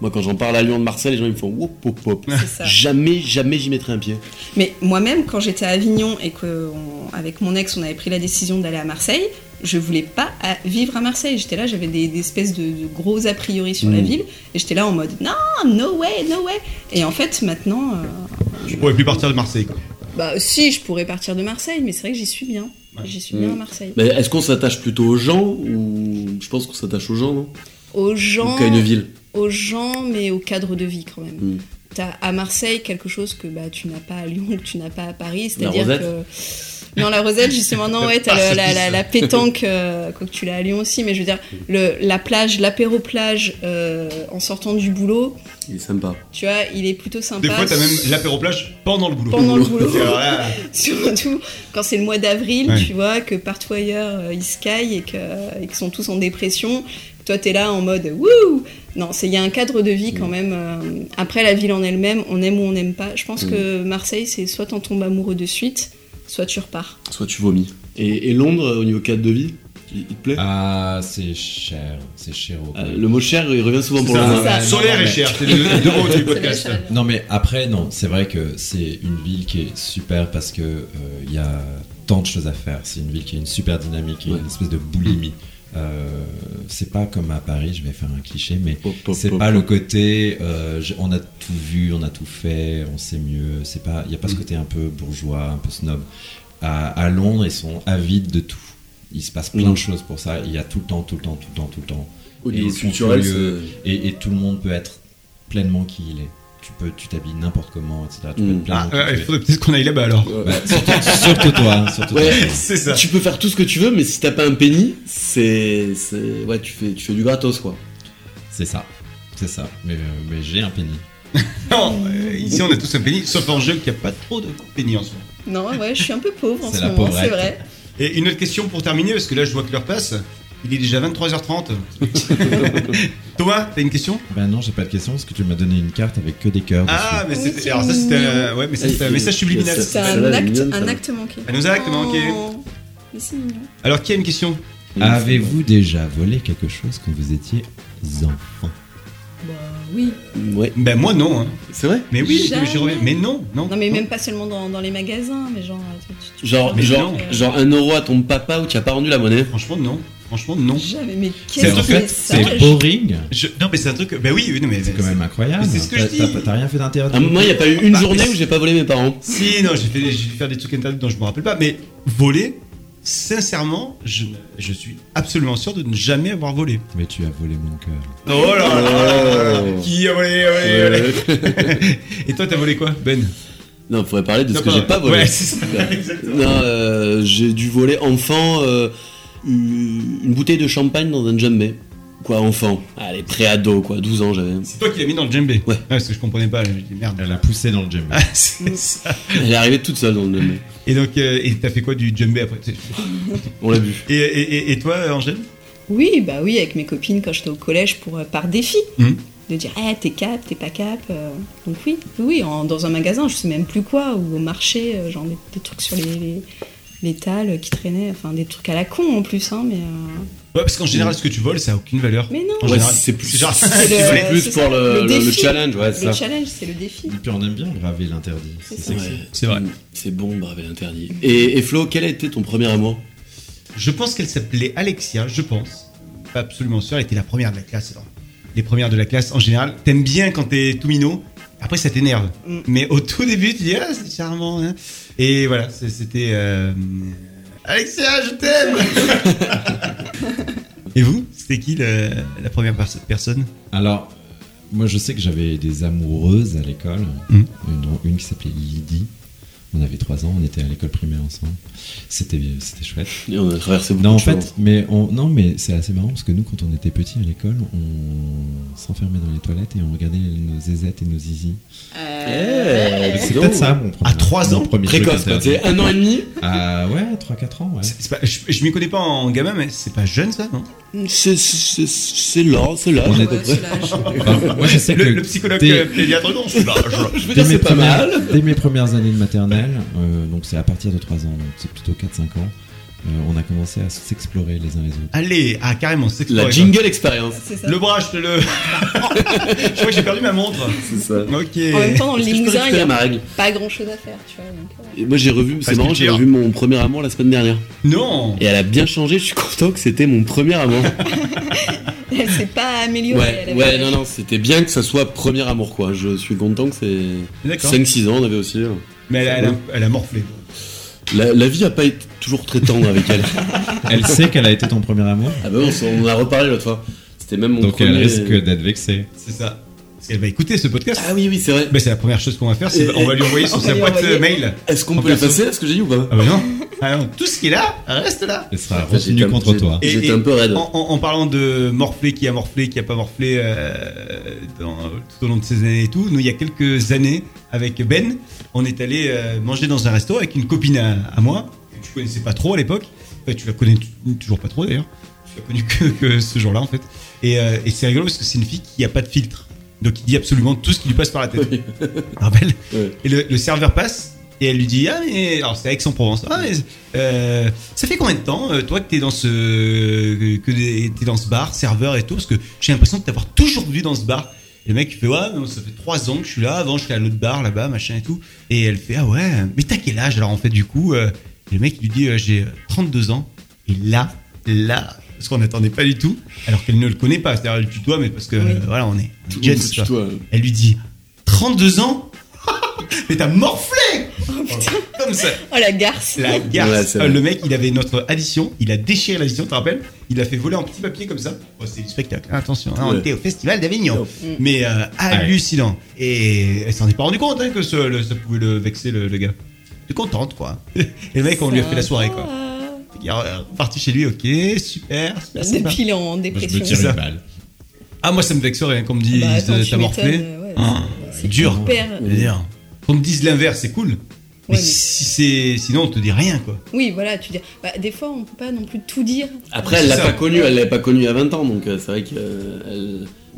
[SPEAKER 13] Moi, quand j'en parle à Lyon de Marseille, les gens ils me font wop, wop, wop.
[SPEAKER 12] c'est ça.
[SPEAKER 13] Jamais, jamais j'y mettrai un pied.
[SPEAKER 12] Mais moi-même, quand j'étais à Avignon et que on- avec mon ex, on avait pris la décision d'aller à Marseille, je voulais pas à- vivre à Marseille. J'étais là, j'avais des, des espèces de, de gros a priori sur la
[SPEAKER 13] Mm.
[SPEAKER 12] ville, et j'étais là en mode non, no way, no way. Et en fait, maintenant, euh,
[SPEAKER 7] Je pourrais plus partir de Marseille. Quoi.
[SPEAKER 12] bah si, je pourrais partir de Marseille, mais c'est vrai que j'y suis bien. J'y suis bien
[SPEAKER 13] Mm.
[SPEAKER 12] à Marseille.
[SPEAKER 13] Mais est-ce qu'on s'attache plutôt aux gens ou je pense qu'on s'attache aux gens, non
[SPEAKER 12] Aux
[SPEAKER 13] Ou
[SPEAKER 12] gens,
[SPEAKER 13] qu'à une ville
[SPEAKER 12] aux gens, mais au cadre de vie quand même.
[SPEAKER 13] Mm.
[SPEAKER 12] T'as à Marseille quelque chose que bah, tu n'as pas à Lyon, que tu n'as pas à Paris,
[SPEAKER 13] La
[SPEAKER 12] c'est-à-dire
[SPEAKER 13] rosette
[SPEAKER 12] que. Non, la Rosette, justement, non, ouais, t'as
[SPEAKER 7] Ah,
[SPEAKER 12] le-
[SPEAKER 7] c'est
[SPEAKER 12] la, la,
[SPEAKER 7] plus.
[SPEAKER 12] la pétanque, euh, quoique tu l'as à Lyon aussi, mais je veux dire,
[SPEAKER 13] Mm.
[SPEAKER 12] le, la plage, l'apéro-plage, euh, en sortant du boulot,
[SPEAKER 13] Il est sympa.
[SPEAKER 12] tu vois, il est plutôt sympa.
[SPEAKER 7] Des fois, t'as même l'apéro-plage pendant le boulot.
[SPEAKER 12] Pendant le boulot.
[SPEAKER 7] Alors là,
[SPEAKER 12] Surtout quand c'est le mois d'avril,
[SPEAKER 7] Ouais.
[SPEAKER 12] tu vois, que partout ailleurs euh, ils se caillent et que- et qu'ils sont tous en dépression. Toi, t'es là en mode wouh Non, c'est- il y a un cadre de vie quand même. euh, Après, la ville en elle-même, on aime ou on n'aime pas. Je pense
[SPEAKER 13] Mm.
[SPEAKER 12] que Marseille, c'est soit t'en tombes amoureux de suite, soit tu repars.
[SPEAKER 13] Soit tu vomis. Et, et Londres, au niveau cadre de vie, il, il te plaît
[SPEAKER 11] Ah, c'est cher, c'est cher au
[SPEAKER 13] Euh, Le mot cher, il revient souvent
[SPEAKER 7] c'est
[SPEAKER 13] pour Londres.
[SPEAKER 12] ça.
[SPEAKER 7] ça. Solaire et cher, c'est le le deux mots du podcast.
[SPEAKER 11] Non mais après non, c'est vrai que c'est une ville qui est super parce que euh, il y a tant de choses à faire. C'est une ville qui a une super dynamique, et
[SPEAKER 13] Ouais.
[SPEAKER 11] une espèce de boulimie. Euh, c'est pas comme à Paris, je vais faire un cliché, mais
[SPEAKER 13] Pop, pop,
[SPEAKER 11] c'est
[SPEAKER 13] pop.
[SPEAKER 11] pas le côté euh, j- on a tout vu, on a tout fait, on sait mieux. C'est pas, il y a
[SPEAKER 13] Mm.
[SPEAKER 11] pas ce côté un peu bourgeois, un peu snob. À, à Londres, ils sont avides de tout. Il se passe plein
[SPEAKER 13] Mm.
[SPEAKER 11] de choses pour ça. Il y a tout le temps, tout le temps, tout le temps, tout le temps.
[SPEAKER 13] Au niveau
[SPEAKER 11] Et son
[SPEAKER 13] culturel,
[SPEAKER 11] curieux.
[SPEAKER 13] c'est-
[SPEAKER 11] Et, et tout le monde peut être pleinement qui il est. Tu peux, tu t'habilles n'importe comment, etc. Tu peux
[SPEAKER 13] Mm.
[SPEAKER 11] être pleinement
[SPEAKER 7] Ah,
[SPEAKER 11] qui
[SPEAKER 7] euh,
[SPEAKER 11] tu
[SPEAKER 7] il
[SPEAKER 11] es.
[SPEAKER 7] faudrait peut-être qu'on aille là-bas alors.
[SPEAKER 13] Ouais.
[SPEAKER 11] Bah, surtout, surtout toi, hein, surtout toi.
[SPEAKER 13] Ouais.
[SPEAKER 7] C'est ça.
[SPEAKER 13] Tu peux faire tout ce que tu veux, mais si t'as pas un penny, c'est. c'est- Ouais, tu fais, tu fais du gratos, quoi.
[SPEAKER 11] C'est ça, c'est ça. Mais, euh, mais j'ai un pénis.
[SPEAKER 7] Non, euh, ici on a tous un pénis, sauf en jeu qui a pas trop de pénis en soi.
[SPEAKER 12] Non, ouais, je suis un peu pauvre en
[SPEAKER 11] C'est
[SPEAKER 12] ce
[SPEAKER 11] la
[SPEAKER 12] moment,
[SPEAKER 11] pauvrette.
[SPEAKER 12] c'est vrai.
[SPEAKER 7] Et une autre question pour terminer, parce que là je vois que l'heure passe. Il est déjà 23h30. Thomas, t'as une question
[SPEAKER 11] Ben non, j'ai pas de question parce que tu m'as donné une carte avec que des cœurs.
[SPEAKER 7] Ah, mais
[SPEAKER 12] Oui,
[SPEAKER 7] c'était.
[SPEAKER 12] c'est
[SPEAKER 7] Alors ça c'était.
[SPEAKER 12] mignon.
[SPEAKER 7] euh, ouais, mais ça, c'était un
[SPEAKER 13] Il-
[SPEAKER 7] message subliminal.
[SPEAKER 13] il-
[SPEAKER 12] C'est
[SPEAKER 13] Celle-là,
[SPEAKER 12] un,
[SPEAKER 13] elle est
[SPEAKER 12] acte,
[SPEAKER 13] mignonne,
[SPEAKER 12] un
[SPEAKER 13] celle-là.
[SPEAKER 12] acte manqué.
[SPEAKER 7] Un acte manqué.
[SPEAKER 12] Oh, Mais c'est mignon.
[SPEAKER 7] Alors qui a une question
[SPEAKER 11] Avez-vous déjà volé quelque chose quand vous étiez enfant
[SPEAKER 12] Bah oui.
[SPEAKER 13] Mm, Ouais.
[SPEAKER 7] Ben moi non. hein.
[SPEAKER 13] C'est vrai
[SPEAKER 7] Mais oui, mais j'y
[SPEAKER 12] Jamais.
[SPEAKER 7] reviens. Mais non, non.
[SPEAKER 12] Non, mais même pas seulement dans, dans les magasins, mais genre. tu- tu- tu-
[SPEAKER 13] Genre,
[SPEAKER 7] Mais
[SPEAKER 13] genre,
[SPEAKER 7] non.
[SPEAKER 13] genre un euro à ton papa ou tu as pas rendu la monnaie
[SPEAKER 7] Franchement non. Franchement non.
[SPEAKER 12] Jamais, mais
[SPEAKER 11] C'est
[SPEAKER 12] qu'est-ce
[SPEAKER 11] en
[SPEAKER 12] que
[SPEAKER 11] fait,
[SPEAKER 12] ça
[SPEAKER 11] c'est boring.
[SPEAKER 7] Je- Non mais c'est un truc. Ben oui, oui, non mais.
[SPEAKER 11] C'est quand même incroyable.
[SPEAKER 7] Mais c'est ce que
[SPEAKER 11] T'as-
[SPEAKER 7] je dis.
[SPEAKER 11] t'as pas- T'as rien fait
[SPEAKER 13] Ah,
[SPEAKER 11] d'interdit.
[SPEAKER 13] Moi, il n'y a pas eu une
[SPEAKER 7] Bah,
[SPEAKER 13] journée
[SPEAKER 7] mais-
[SPEAKER 13] où j'ai pas volé mes parents.
[SPEAKER 7] Si, non, j'ai fait, des- j'ai fait faire des trucs internet dont je me rappelle pas, mais voler, sincèrement, je, je suis absolument sûr de ne jamais avoir volé.
[SPEAKER 11] Mais tu as volé mon cœur.
[SPEAKER 7] Oh là là
[SPEAKER 13] Oh.
[SPEAKER 7] Qui a volé, volé, volé Et toi, t'as volé quoi, Ben
[SPEAKER 13] Non, faudrait parler de ce
[SPEAKER 7] T'as
[SPEAKER 13] que j'ai pas volé.
[SPEAKER 7] Ouais, c'est ça, exactement.
[SPEAKER 13] Non, euh, j'ai dû voler enfant euh, une bouteille de champagne dans un jambé. Quoi, enfant Allez, pré-ado, quoi, 12 ans j'avais.
[SPEAKER 7] C'est toi qui l'as mis dans le djembé. Ah,
[SPEAKER 13] Ouais.
[SPEAKER 7] parce que je comprenais pas, je me dis merde.
[SPEAKER 11] Elle a poussé dans le gym.
[SPEAKER 7] Ah, c'est ça.
[SPEAKER 13] Elle est arrivée toute seule dans le jambé.
[SPEAKER 7] Et donc, euh, et t'as fait quoi du djembé après
[SPEAKER 13] On l'a vu.
[SPEAKER 7] et, et, et- et toi, Angèle
[SPEAKER 12] Oui, bah oui, avec mes copines quand j'étais au collège pour euh, par défi
[SPEAKER 7] Mhm.
[SPEAKER 12] de dire eh t'es cap, t'es pas cap. euh, donc oui, oui, en- dans un magasin, je sais même plus quoi, ou au marché, euh, genre des, des trucs sur les, les, les talles qui traînaient, enfin des trucs à la con en plus, hein, mais euh,
[SPEAKER 7] Ouais, parce qu'en général, ce que tu voles, ça a aucune valeur.
[SPEAKER 12] mais non.
[SPEAKER 7] En
[SPEAKER 13] Ouais,
[SPEAKER 7] général,
[SPEAKER 13] c'est plus-
[SPEAKER 7] c'est genre-
[SPEAKER 13] c'est
[SPEAKER 12] le-
[SPEAKER 13] c'est plus
[SPEAKER 12] c'est
[SPEAKER 13] pour
[SPEAKER 12] ça,
[SPEAKER 13] le,
[SPEAKER 12] le
[SPEAKER 13] le- le
[SPEAKER 12] défi.
[SPEAKER 13] challenge, ouais, c'est
[SPEAKER 12] le
[SPEAKER 13] ça.
[SPEAKER 12] challenge, c'est le défi.
[SPEAKER 11] Et puis on aime bien graver l'interdit.
[SPEAKER 12] C'est
[SPEAKER 11] C'est
[SPEAKER 12] ça.
[SPEAKER 11] sexy.
[SPEAKER 13] Ouais.
[SPEAKER 7] C'est vrai.
[SPEAKER 13] C'est bon, brave et interdit. Et, et Flo, quel a été ton premier amour
[SPEAKER 7] Je pense qu'elle s'appelait Alexia, je pense. Pas absolument sûr, elle était la première de la classe. alors. Les premières de la classe, en général, t'aimes bien quand t'es tout minot. Après, ça t'énerve.
[SPEAKER 12] Mm.
[SPEAKER 7] Mais au tout début, tu dis, ah, c'est charmant. hein. Et voilà, c'est- c'était. euh, Alexia, je t'aime Et vous C'était qui le- la première perso- personne
[SPEAKER 11] Alors, euh, moi je sais que j'avais des amoureuses à l'école.
[SPEAKER 7] Mhm.
[SPEAKER 11] Une, une qui s'appelait Lydie. On avait 3 ans, on était à l'école primaire ensemble. C'était c'était chouette.
[SPEAKER 13] Et on a traversé beaucoup
[SPEAKER 11] Non, en
[SPEAKER 13] de choses.
[SPEAKER 11] fait, mais on- non, mais c'est assez marrant parce que nous, quand on était petits à l'école, on s'enfermait dans les toilettes et on regardait nos zézettes et nos zizi.
[SPEAKER 13] Eh,
[SPEAKER 11] C'est
[SPEAKER 13] dis donc.
[SPEAKER 11] peut-être ça mon premier.
[SPEAKER 7] À trois
[SPEAKER 11] mon
[SPEAKER 7] ans,
[SPEAKER 11] premier truc
[SPEAKER 13] Précoce, quoi,
[SPEAKER 11] interdit.
[SPEAKER 13] t'es un an et demi.
[SPEAKER 11] Ah ouais, 3-4 ans, ouais.
[SPEAKER 7] C'est- c'est pas- je je m'y connais pas en gamin, mais c'est pas jeune ça, non
[SPEAKER 13] C'est- C'est c'est là, c'est là.
[SPEAKER 11] On est-
[SPEAKER 13] à peu près.
[SPEAKER 11] Enfin, moi, je sais
[SPEAKER 7] le,
[SPEAKER 11] que
[SPEAKER 7] le psychologue
[SPEAKER 11] dès-
[SPEAKER 7] euh, pédiatre, non, je suis là, je-
[SPEAKER 13] Je veux dire,
[SPEAKER 11] dès mes
[SPEAKER 13] c'est pas
[SPEAKER 11] premières-
[SPEAKER 13] mal.
[SPEAKER 11] Dès mes premières années de maternelle, euh, donc c'est à partir de 3 ans, donc c'est plutôt 4-5 ans, euh, on a commencé à s'explorer les uns les autres.
[SPEAKER 7] Allez, ah carrément, c'est
[SPEAKER 13] La
[SPEAKER 7] quoi,
[SPEAKER 13] jingle expérience.
[SPEAKER 12] C'est ça.
[SPEAKER 7] quoi. Le bras, je te le. je crois que j'ai perdu ma montre.
[SPEAKER 13] C'est ça.
[SPEAKER 7] Ok.
[SPEAKER 12] En même temps, dans le
[SPEAKER 13] Est-ce que je peux
[SPEAKER 12] Limousin, hein, il n'y
[SPEAKER 13] récupérer
[SPEAKER 12] a
[SPEAKER 13] ma règle
[SPEAKER 12] pas grand chose à faire, tu vois. donc, euh,
[SPEAKER 13] Et Moi j'ai revu, c'est
[SPEAKER 7] Parce
[SPEAKER 13] marrant,
[SPEAKER 7] que
[SPEAKER 13] j'ai
[SPEAKER 7] j'ai-
[SPEAKER 13] revu mon premier amour la semaine dernière.
[SPEAKER 7] Non
[SPEAKER 13] Et elle a bien changé, je suis content que c'était mon premier amour.
[SPEAKER 12] euh, Elle s'est pas améliorée.
[SPEAKER 13] Ouais,
[SPEAKER 12] elle avait
[SPEAKER 13] ouais,
[SPEAKER 12] la-
[SPEAKER 13] non, non, c'était bien que ça soit premier amour quoi. Je suis content que c'est.
[SPEAKER 7] D'accord.
[SPEAKER 13] 5-6 ans on avait aussi. euh.
[SPEAKER 7] Mais elle, a- elle a, elle a morflé.
[SPEAKER 13] La, la vie a pas été toujours très tendre avec elle.
[SPEAKER 11] Elle sait qu'elle a été ton premier amour,
[SPEAKER 13] Ah bah on, s'en- on en a reparlé l'autre fois. C'était même mon
[SPEAKER 11] donc
[SPEAKER 13] premier. euh,
[SPEAKER 11] elle risque d'être vexée.
[SPEAKER 7] C'est ça. Parce qu'elle va écouter ce podcast.
[SPEAKER 13] Ah oui, oui, c'est vrai.
[SPEAKER 7] Bah, c'est la première chose qu'on va faire, c'est
[SPEAKER 13] Et-
[SPEAKER 7] on va lui envoyer sur
[SPEAKER 13] on
[SPEAKER 7] sa
[SPEAKER 13] va lui
[SPEAKER 7] boîte euh,
[SPEAKER 13] envoyer-
[SPEAKER 7] mail.
[SPEAKER 13] Est-ce qu'on
[SPEAKER 7] En
[SPEAKER 13] peut
[SPEAKER 7] perso.
[SPEAKER 13] effacer ce que j'ai dit ou pas
[SPEAKER 7] Ah bah non. Ah non, tout ce qui est là, reste là.
[SPEAKER 11] Elle sera
[SPEAKER 13] Putain,
[SPEAKER 11] retenue
[SPEAKER 13] j'étais un-
[SPEAKER 11] contre toi.
[SPEAKER 7] Et-
[SPEAKER 13] J'étais un peu raide.
[SPEAKER 7] En, en- en parlant de morflé, qui a morflé, qui a pas morflé euh, dans- tout au long de ces années et tout, nous, il y a quelques années, avec Ben, on est allé euh, manger dans un resto avec une copine à, à moi, que je connaissais pas trop à l'époque. Enfin, tu la connais t- toujours pas trop d'ailleurs. Je l'ai connue que, que ce jour-là en fait. Et, euh, et c'est rigolo parce que c'est une fille qui a pas de filtre. Donc il dit absolument tout ce qui lui passe par la tête.
[SPEAKER 13] Oui.
[SPEAKER 7] Rappelle
[SPEAKER 13] Ouais.
[SPEAKER 7] Et le, le serveur passe et elle lui dit Ah, mais. Alors c'est Aix-en-Provence. Ah, mais. euh, ça fait combien de temps, euh, toi, que t'es dans ce. que t'es dans ce bar, serveur et tout Parce que j'ai l'impression de t'avoir toujours vu dans ce bar. Et le mec, il fait Ouais, non, ça fait trois ans que je suis là. Avant, j'étais à l'autre bar là-bas, machin et tout. Et elle fait Ah ouais, mais t'as quel âge alors en fait, du coup euh, Et le mec, il lui dit euh, J'ai 32 ans. Et là, là. Parce qu'on n'attendait pas du tout, alors qu'elle ne le connaît pas. C'est-à-dire, elle le tutoie, mais parce que
[SPEAKER 12] Oui.
[SPEAKER 7] euh, voilà, on est. on est
[SPEAKER 13] Tout le
[SPEAKER 7] jeunes,
[SPEAKER 13] monde se
[SPEAKER 7] quoi.
[SPEAKER 13] tutoie.
[SPEAKER 7] Elle lui dit 32 ans Mais t'as morflé Comme ça,
[SPEAKER 12] Oh la garce
[SPEAKER 7] la garce.
[SPEAKER 13] c'est vrai.
[SPEAKER 7] Euh, le mec, il avait notre addition, il a déchiré l'addition, tu te rappelles Il l'a fait voler en petit papier comme ça. Oh, c'est du spectacle, attention, hein, on
[SPEAKER 13] Ouais.
[SPEAKER 7] était au Festival d'Avignon.
[SPEAKER 13] Non.
[SPEAKER 7] Mais euh,
[SPEAKER 12] Ah
[SPEAKER 7] hallucinant. Et elle s'en est pas rendu compte hein, que ce- le- ça pouvait le vexer, le, le gars. T'es contente, quoi. Et le mec, on lui a fait la soirée, quoi.
[SPEAKER 12] Ah,
[SPEAKER 7] Il est reparti chez lui, ok, super, super, sympa.
[SPEAKER 12] Depuis, il est en
[SPEAKER 11] Moi, je me
[SPEAKER 12] dépression.
[SPEAKER 11] tire
[SPEAKER 7] ça.
[SPEAKER 11] une balle.
[SPEAKER 7] Ah, moi, ça me vexerait hein, qu'on me dise
[SPEAKER 12] Bah, attends,
[SPEAKER 7] euh,
[SPEAKER 12] tu
[SPEAKER 7] t'as morflé.
[SPEAKER 12] m'étonnes, ouais,
[SPEAKER 7] Ah,
[SPEAKER 12] c'est-
[SPEAKER 7] c'est dur.
[SPEAKER 12] Super.
[SPEAKER 7] Je veux dire, Qu'on te dise l'inverse, c'est cool. mais,
[SPEAKER 12] mais-
[SPEAKER 7] si c'est sinon on te dit rien quoi.
[SPEAKER 12] Oui, voilà, tu dis. Bah, des fois, on peut pas non plus tout dire.
[SPEAKER 13] Après, elle l'a
[SPEAKER 7] C'est
[SPEAKER 13] pas
[SPEAKER 7] ça.
[SPEAKER 13] connu, elle l'a pas connu à 20 ans, donc euh, c'est vrai que. euh,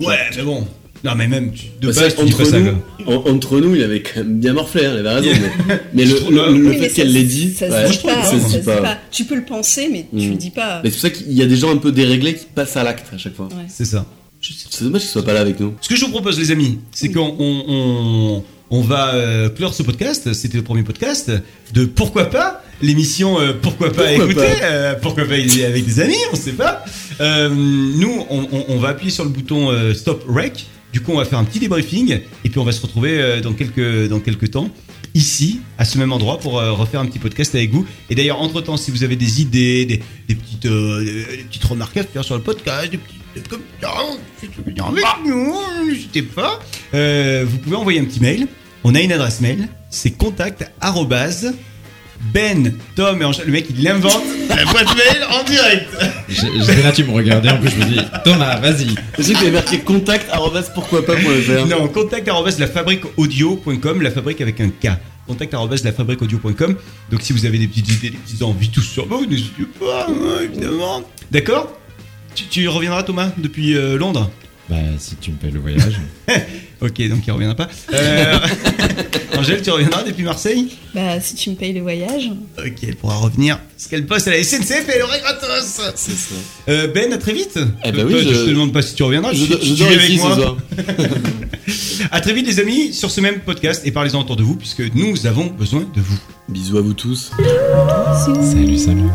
[SPEAKER 13] elle-
[SPEAKER 7] Ouais, mais bon. Non mais même tu- de
[SPEAKER 13] Bah,
[SPEAKER 7] base
[SPEAKER 13] c'est-
[SPEAKER 7] tu dis pas
[SPEAKER 13] entre,
[SPEAKER 7] ça.
[SPEAKER 13] nous,
[SPEAKER 7] quoi.
[SPEAKER 13] en- entre nous, il avait quand même bien morflé, hein, elle avait raison. mais mais
[SPEAKER 7] Je
[SPEAKER 13] le,
[SPEAKER 7] trouve,
[SPEAKER 13] le-
[SPEAKER 7] hein.
[SPEAKER 13] le
[SPEAKER 12] Oui, mais
[SPEAKER 13] fait
[SPEAKER 12] ça
[SPEAKER 13] qu'elle
[SPEAKER 12] se-
[SPEAKER 13] l'ait dit,
[SPEAKER 12] Ça
[SPEAKER 13] ouais,
[SPEAKER 12] se dit pas.
[SPEAKER 13] ça se dit pas.
[SPEAKER 12] Tu peux le penser, mais tu
[SPEAKER 13] Mm.
[SPEAKER 12] le dis pas.
[SPEAKER 13] Mais c'est pour ça qu'il y a des gens un peu déréglés qui passent à l'acte à chaque fois.
[SPEAKER 12] Ouais.
[SPEAKER 7] C'est ça.
[SPEAKER 13] C'est dommage qu'ils soient pas là avec nous.
[SPEAKER 7] Ce que je vous propose les amis, c'est qu'on on, on- on va euh, clore ce podcast, c'était le premier podcast de pourquoi pas l'émission euh, pourquoi pas
[SPEAKER 13] Pourquoi
[SPEAKER 7] écouter euh, pourquoi pas y aller avec des amis, on sait pas. Euh, nous on, on- on va appuyer sur le bouton euh, stop rec. Du coup, on va faire un petit débriefing et puis on va se retrouver euh, dans quelques dans quelques temps ici, à ce même endroit, pour euh, refaire un petit podcast avec vous. Et d'ailleurs, entre-temps, si vous avez des idées, des, des petites, euh, des- des petites remarques à faire sur le podcast, des petites commentaires, des petites opinions avec nous, n'hésitez pas, Euh, vous pouvez envoyer un petit mail. On a une adresse mail, c'est contact arrobase ben, Tom et Angèle, le mec il l'invente, la boîte mail en direct.
[SPEAKER 11] J'ai- J'étais là, tu me regardais, en plus, je me dis, Thomas, vas-y.
[SPEAKER 13] Je sais que t'avais marqué contact arrobas pourquoi pas point fr.
[SPEAKER 7] Non, contact arrobase lafabriqueaudio.com, la fabrique avec un K. Contact arrobase lafabriqueaudio.com. Donc si vous avez des petites idées, des petites envies, tout sur vous, n'hésitez pas, hein, évidemment. D'accord tu, tu reviendras Thomas depuis euh, Londres
[SPEAKER 11] Bah, si tu me payes le voyage.
[SPEAKER 7] Ok, donc il reviendra pas. Euh, Angèle, tu reviendras depuis Marseille
[SPEAKER 12] Bah, si tu me payes le voyage.
[SPEAKER 7] Ok, elle pourra revenir. Parce qu'elle bosse à la SNCF et elle aurait gratos
[SPEAKER 13] C'est ça.
[SPEAKER 7] Euh, Ben, à très vite
[SPEAKER 13] Eh ben oui,
[SPEAKER 7] Toi, je...
[SPEAKER 13] je-
[SPEAKER 7] te demande pas si tu reviendras,
[SPEAKER 13] Je,
[SPEAKER 7] tu-
[SPEAKER 13] je
[SPEAKER 7] tu
[SPEAKER 13] dors
[SPEAKER 7] viens avec
[SPEAKER 13] ici ce
[SPEAKER 7] moi.
[SPEAKER 13] soir.
[SPEAKER 7] À très vite les amis, sur ce même podcast, et parlez-en autour de vous, puisque nous avons besoin de vous.
[SPEAKER 13] Bisous à vous tous.
[SPEAKER 11] salut, salut.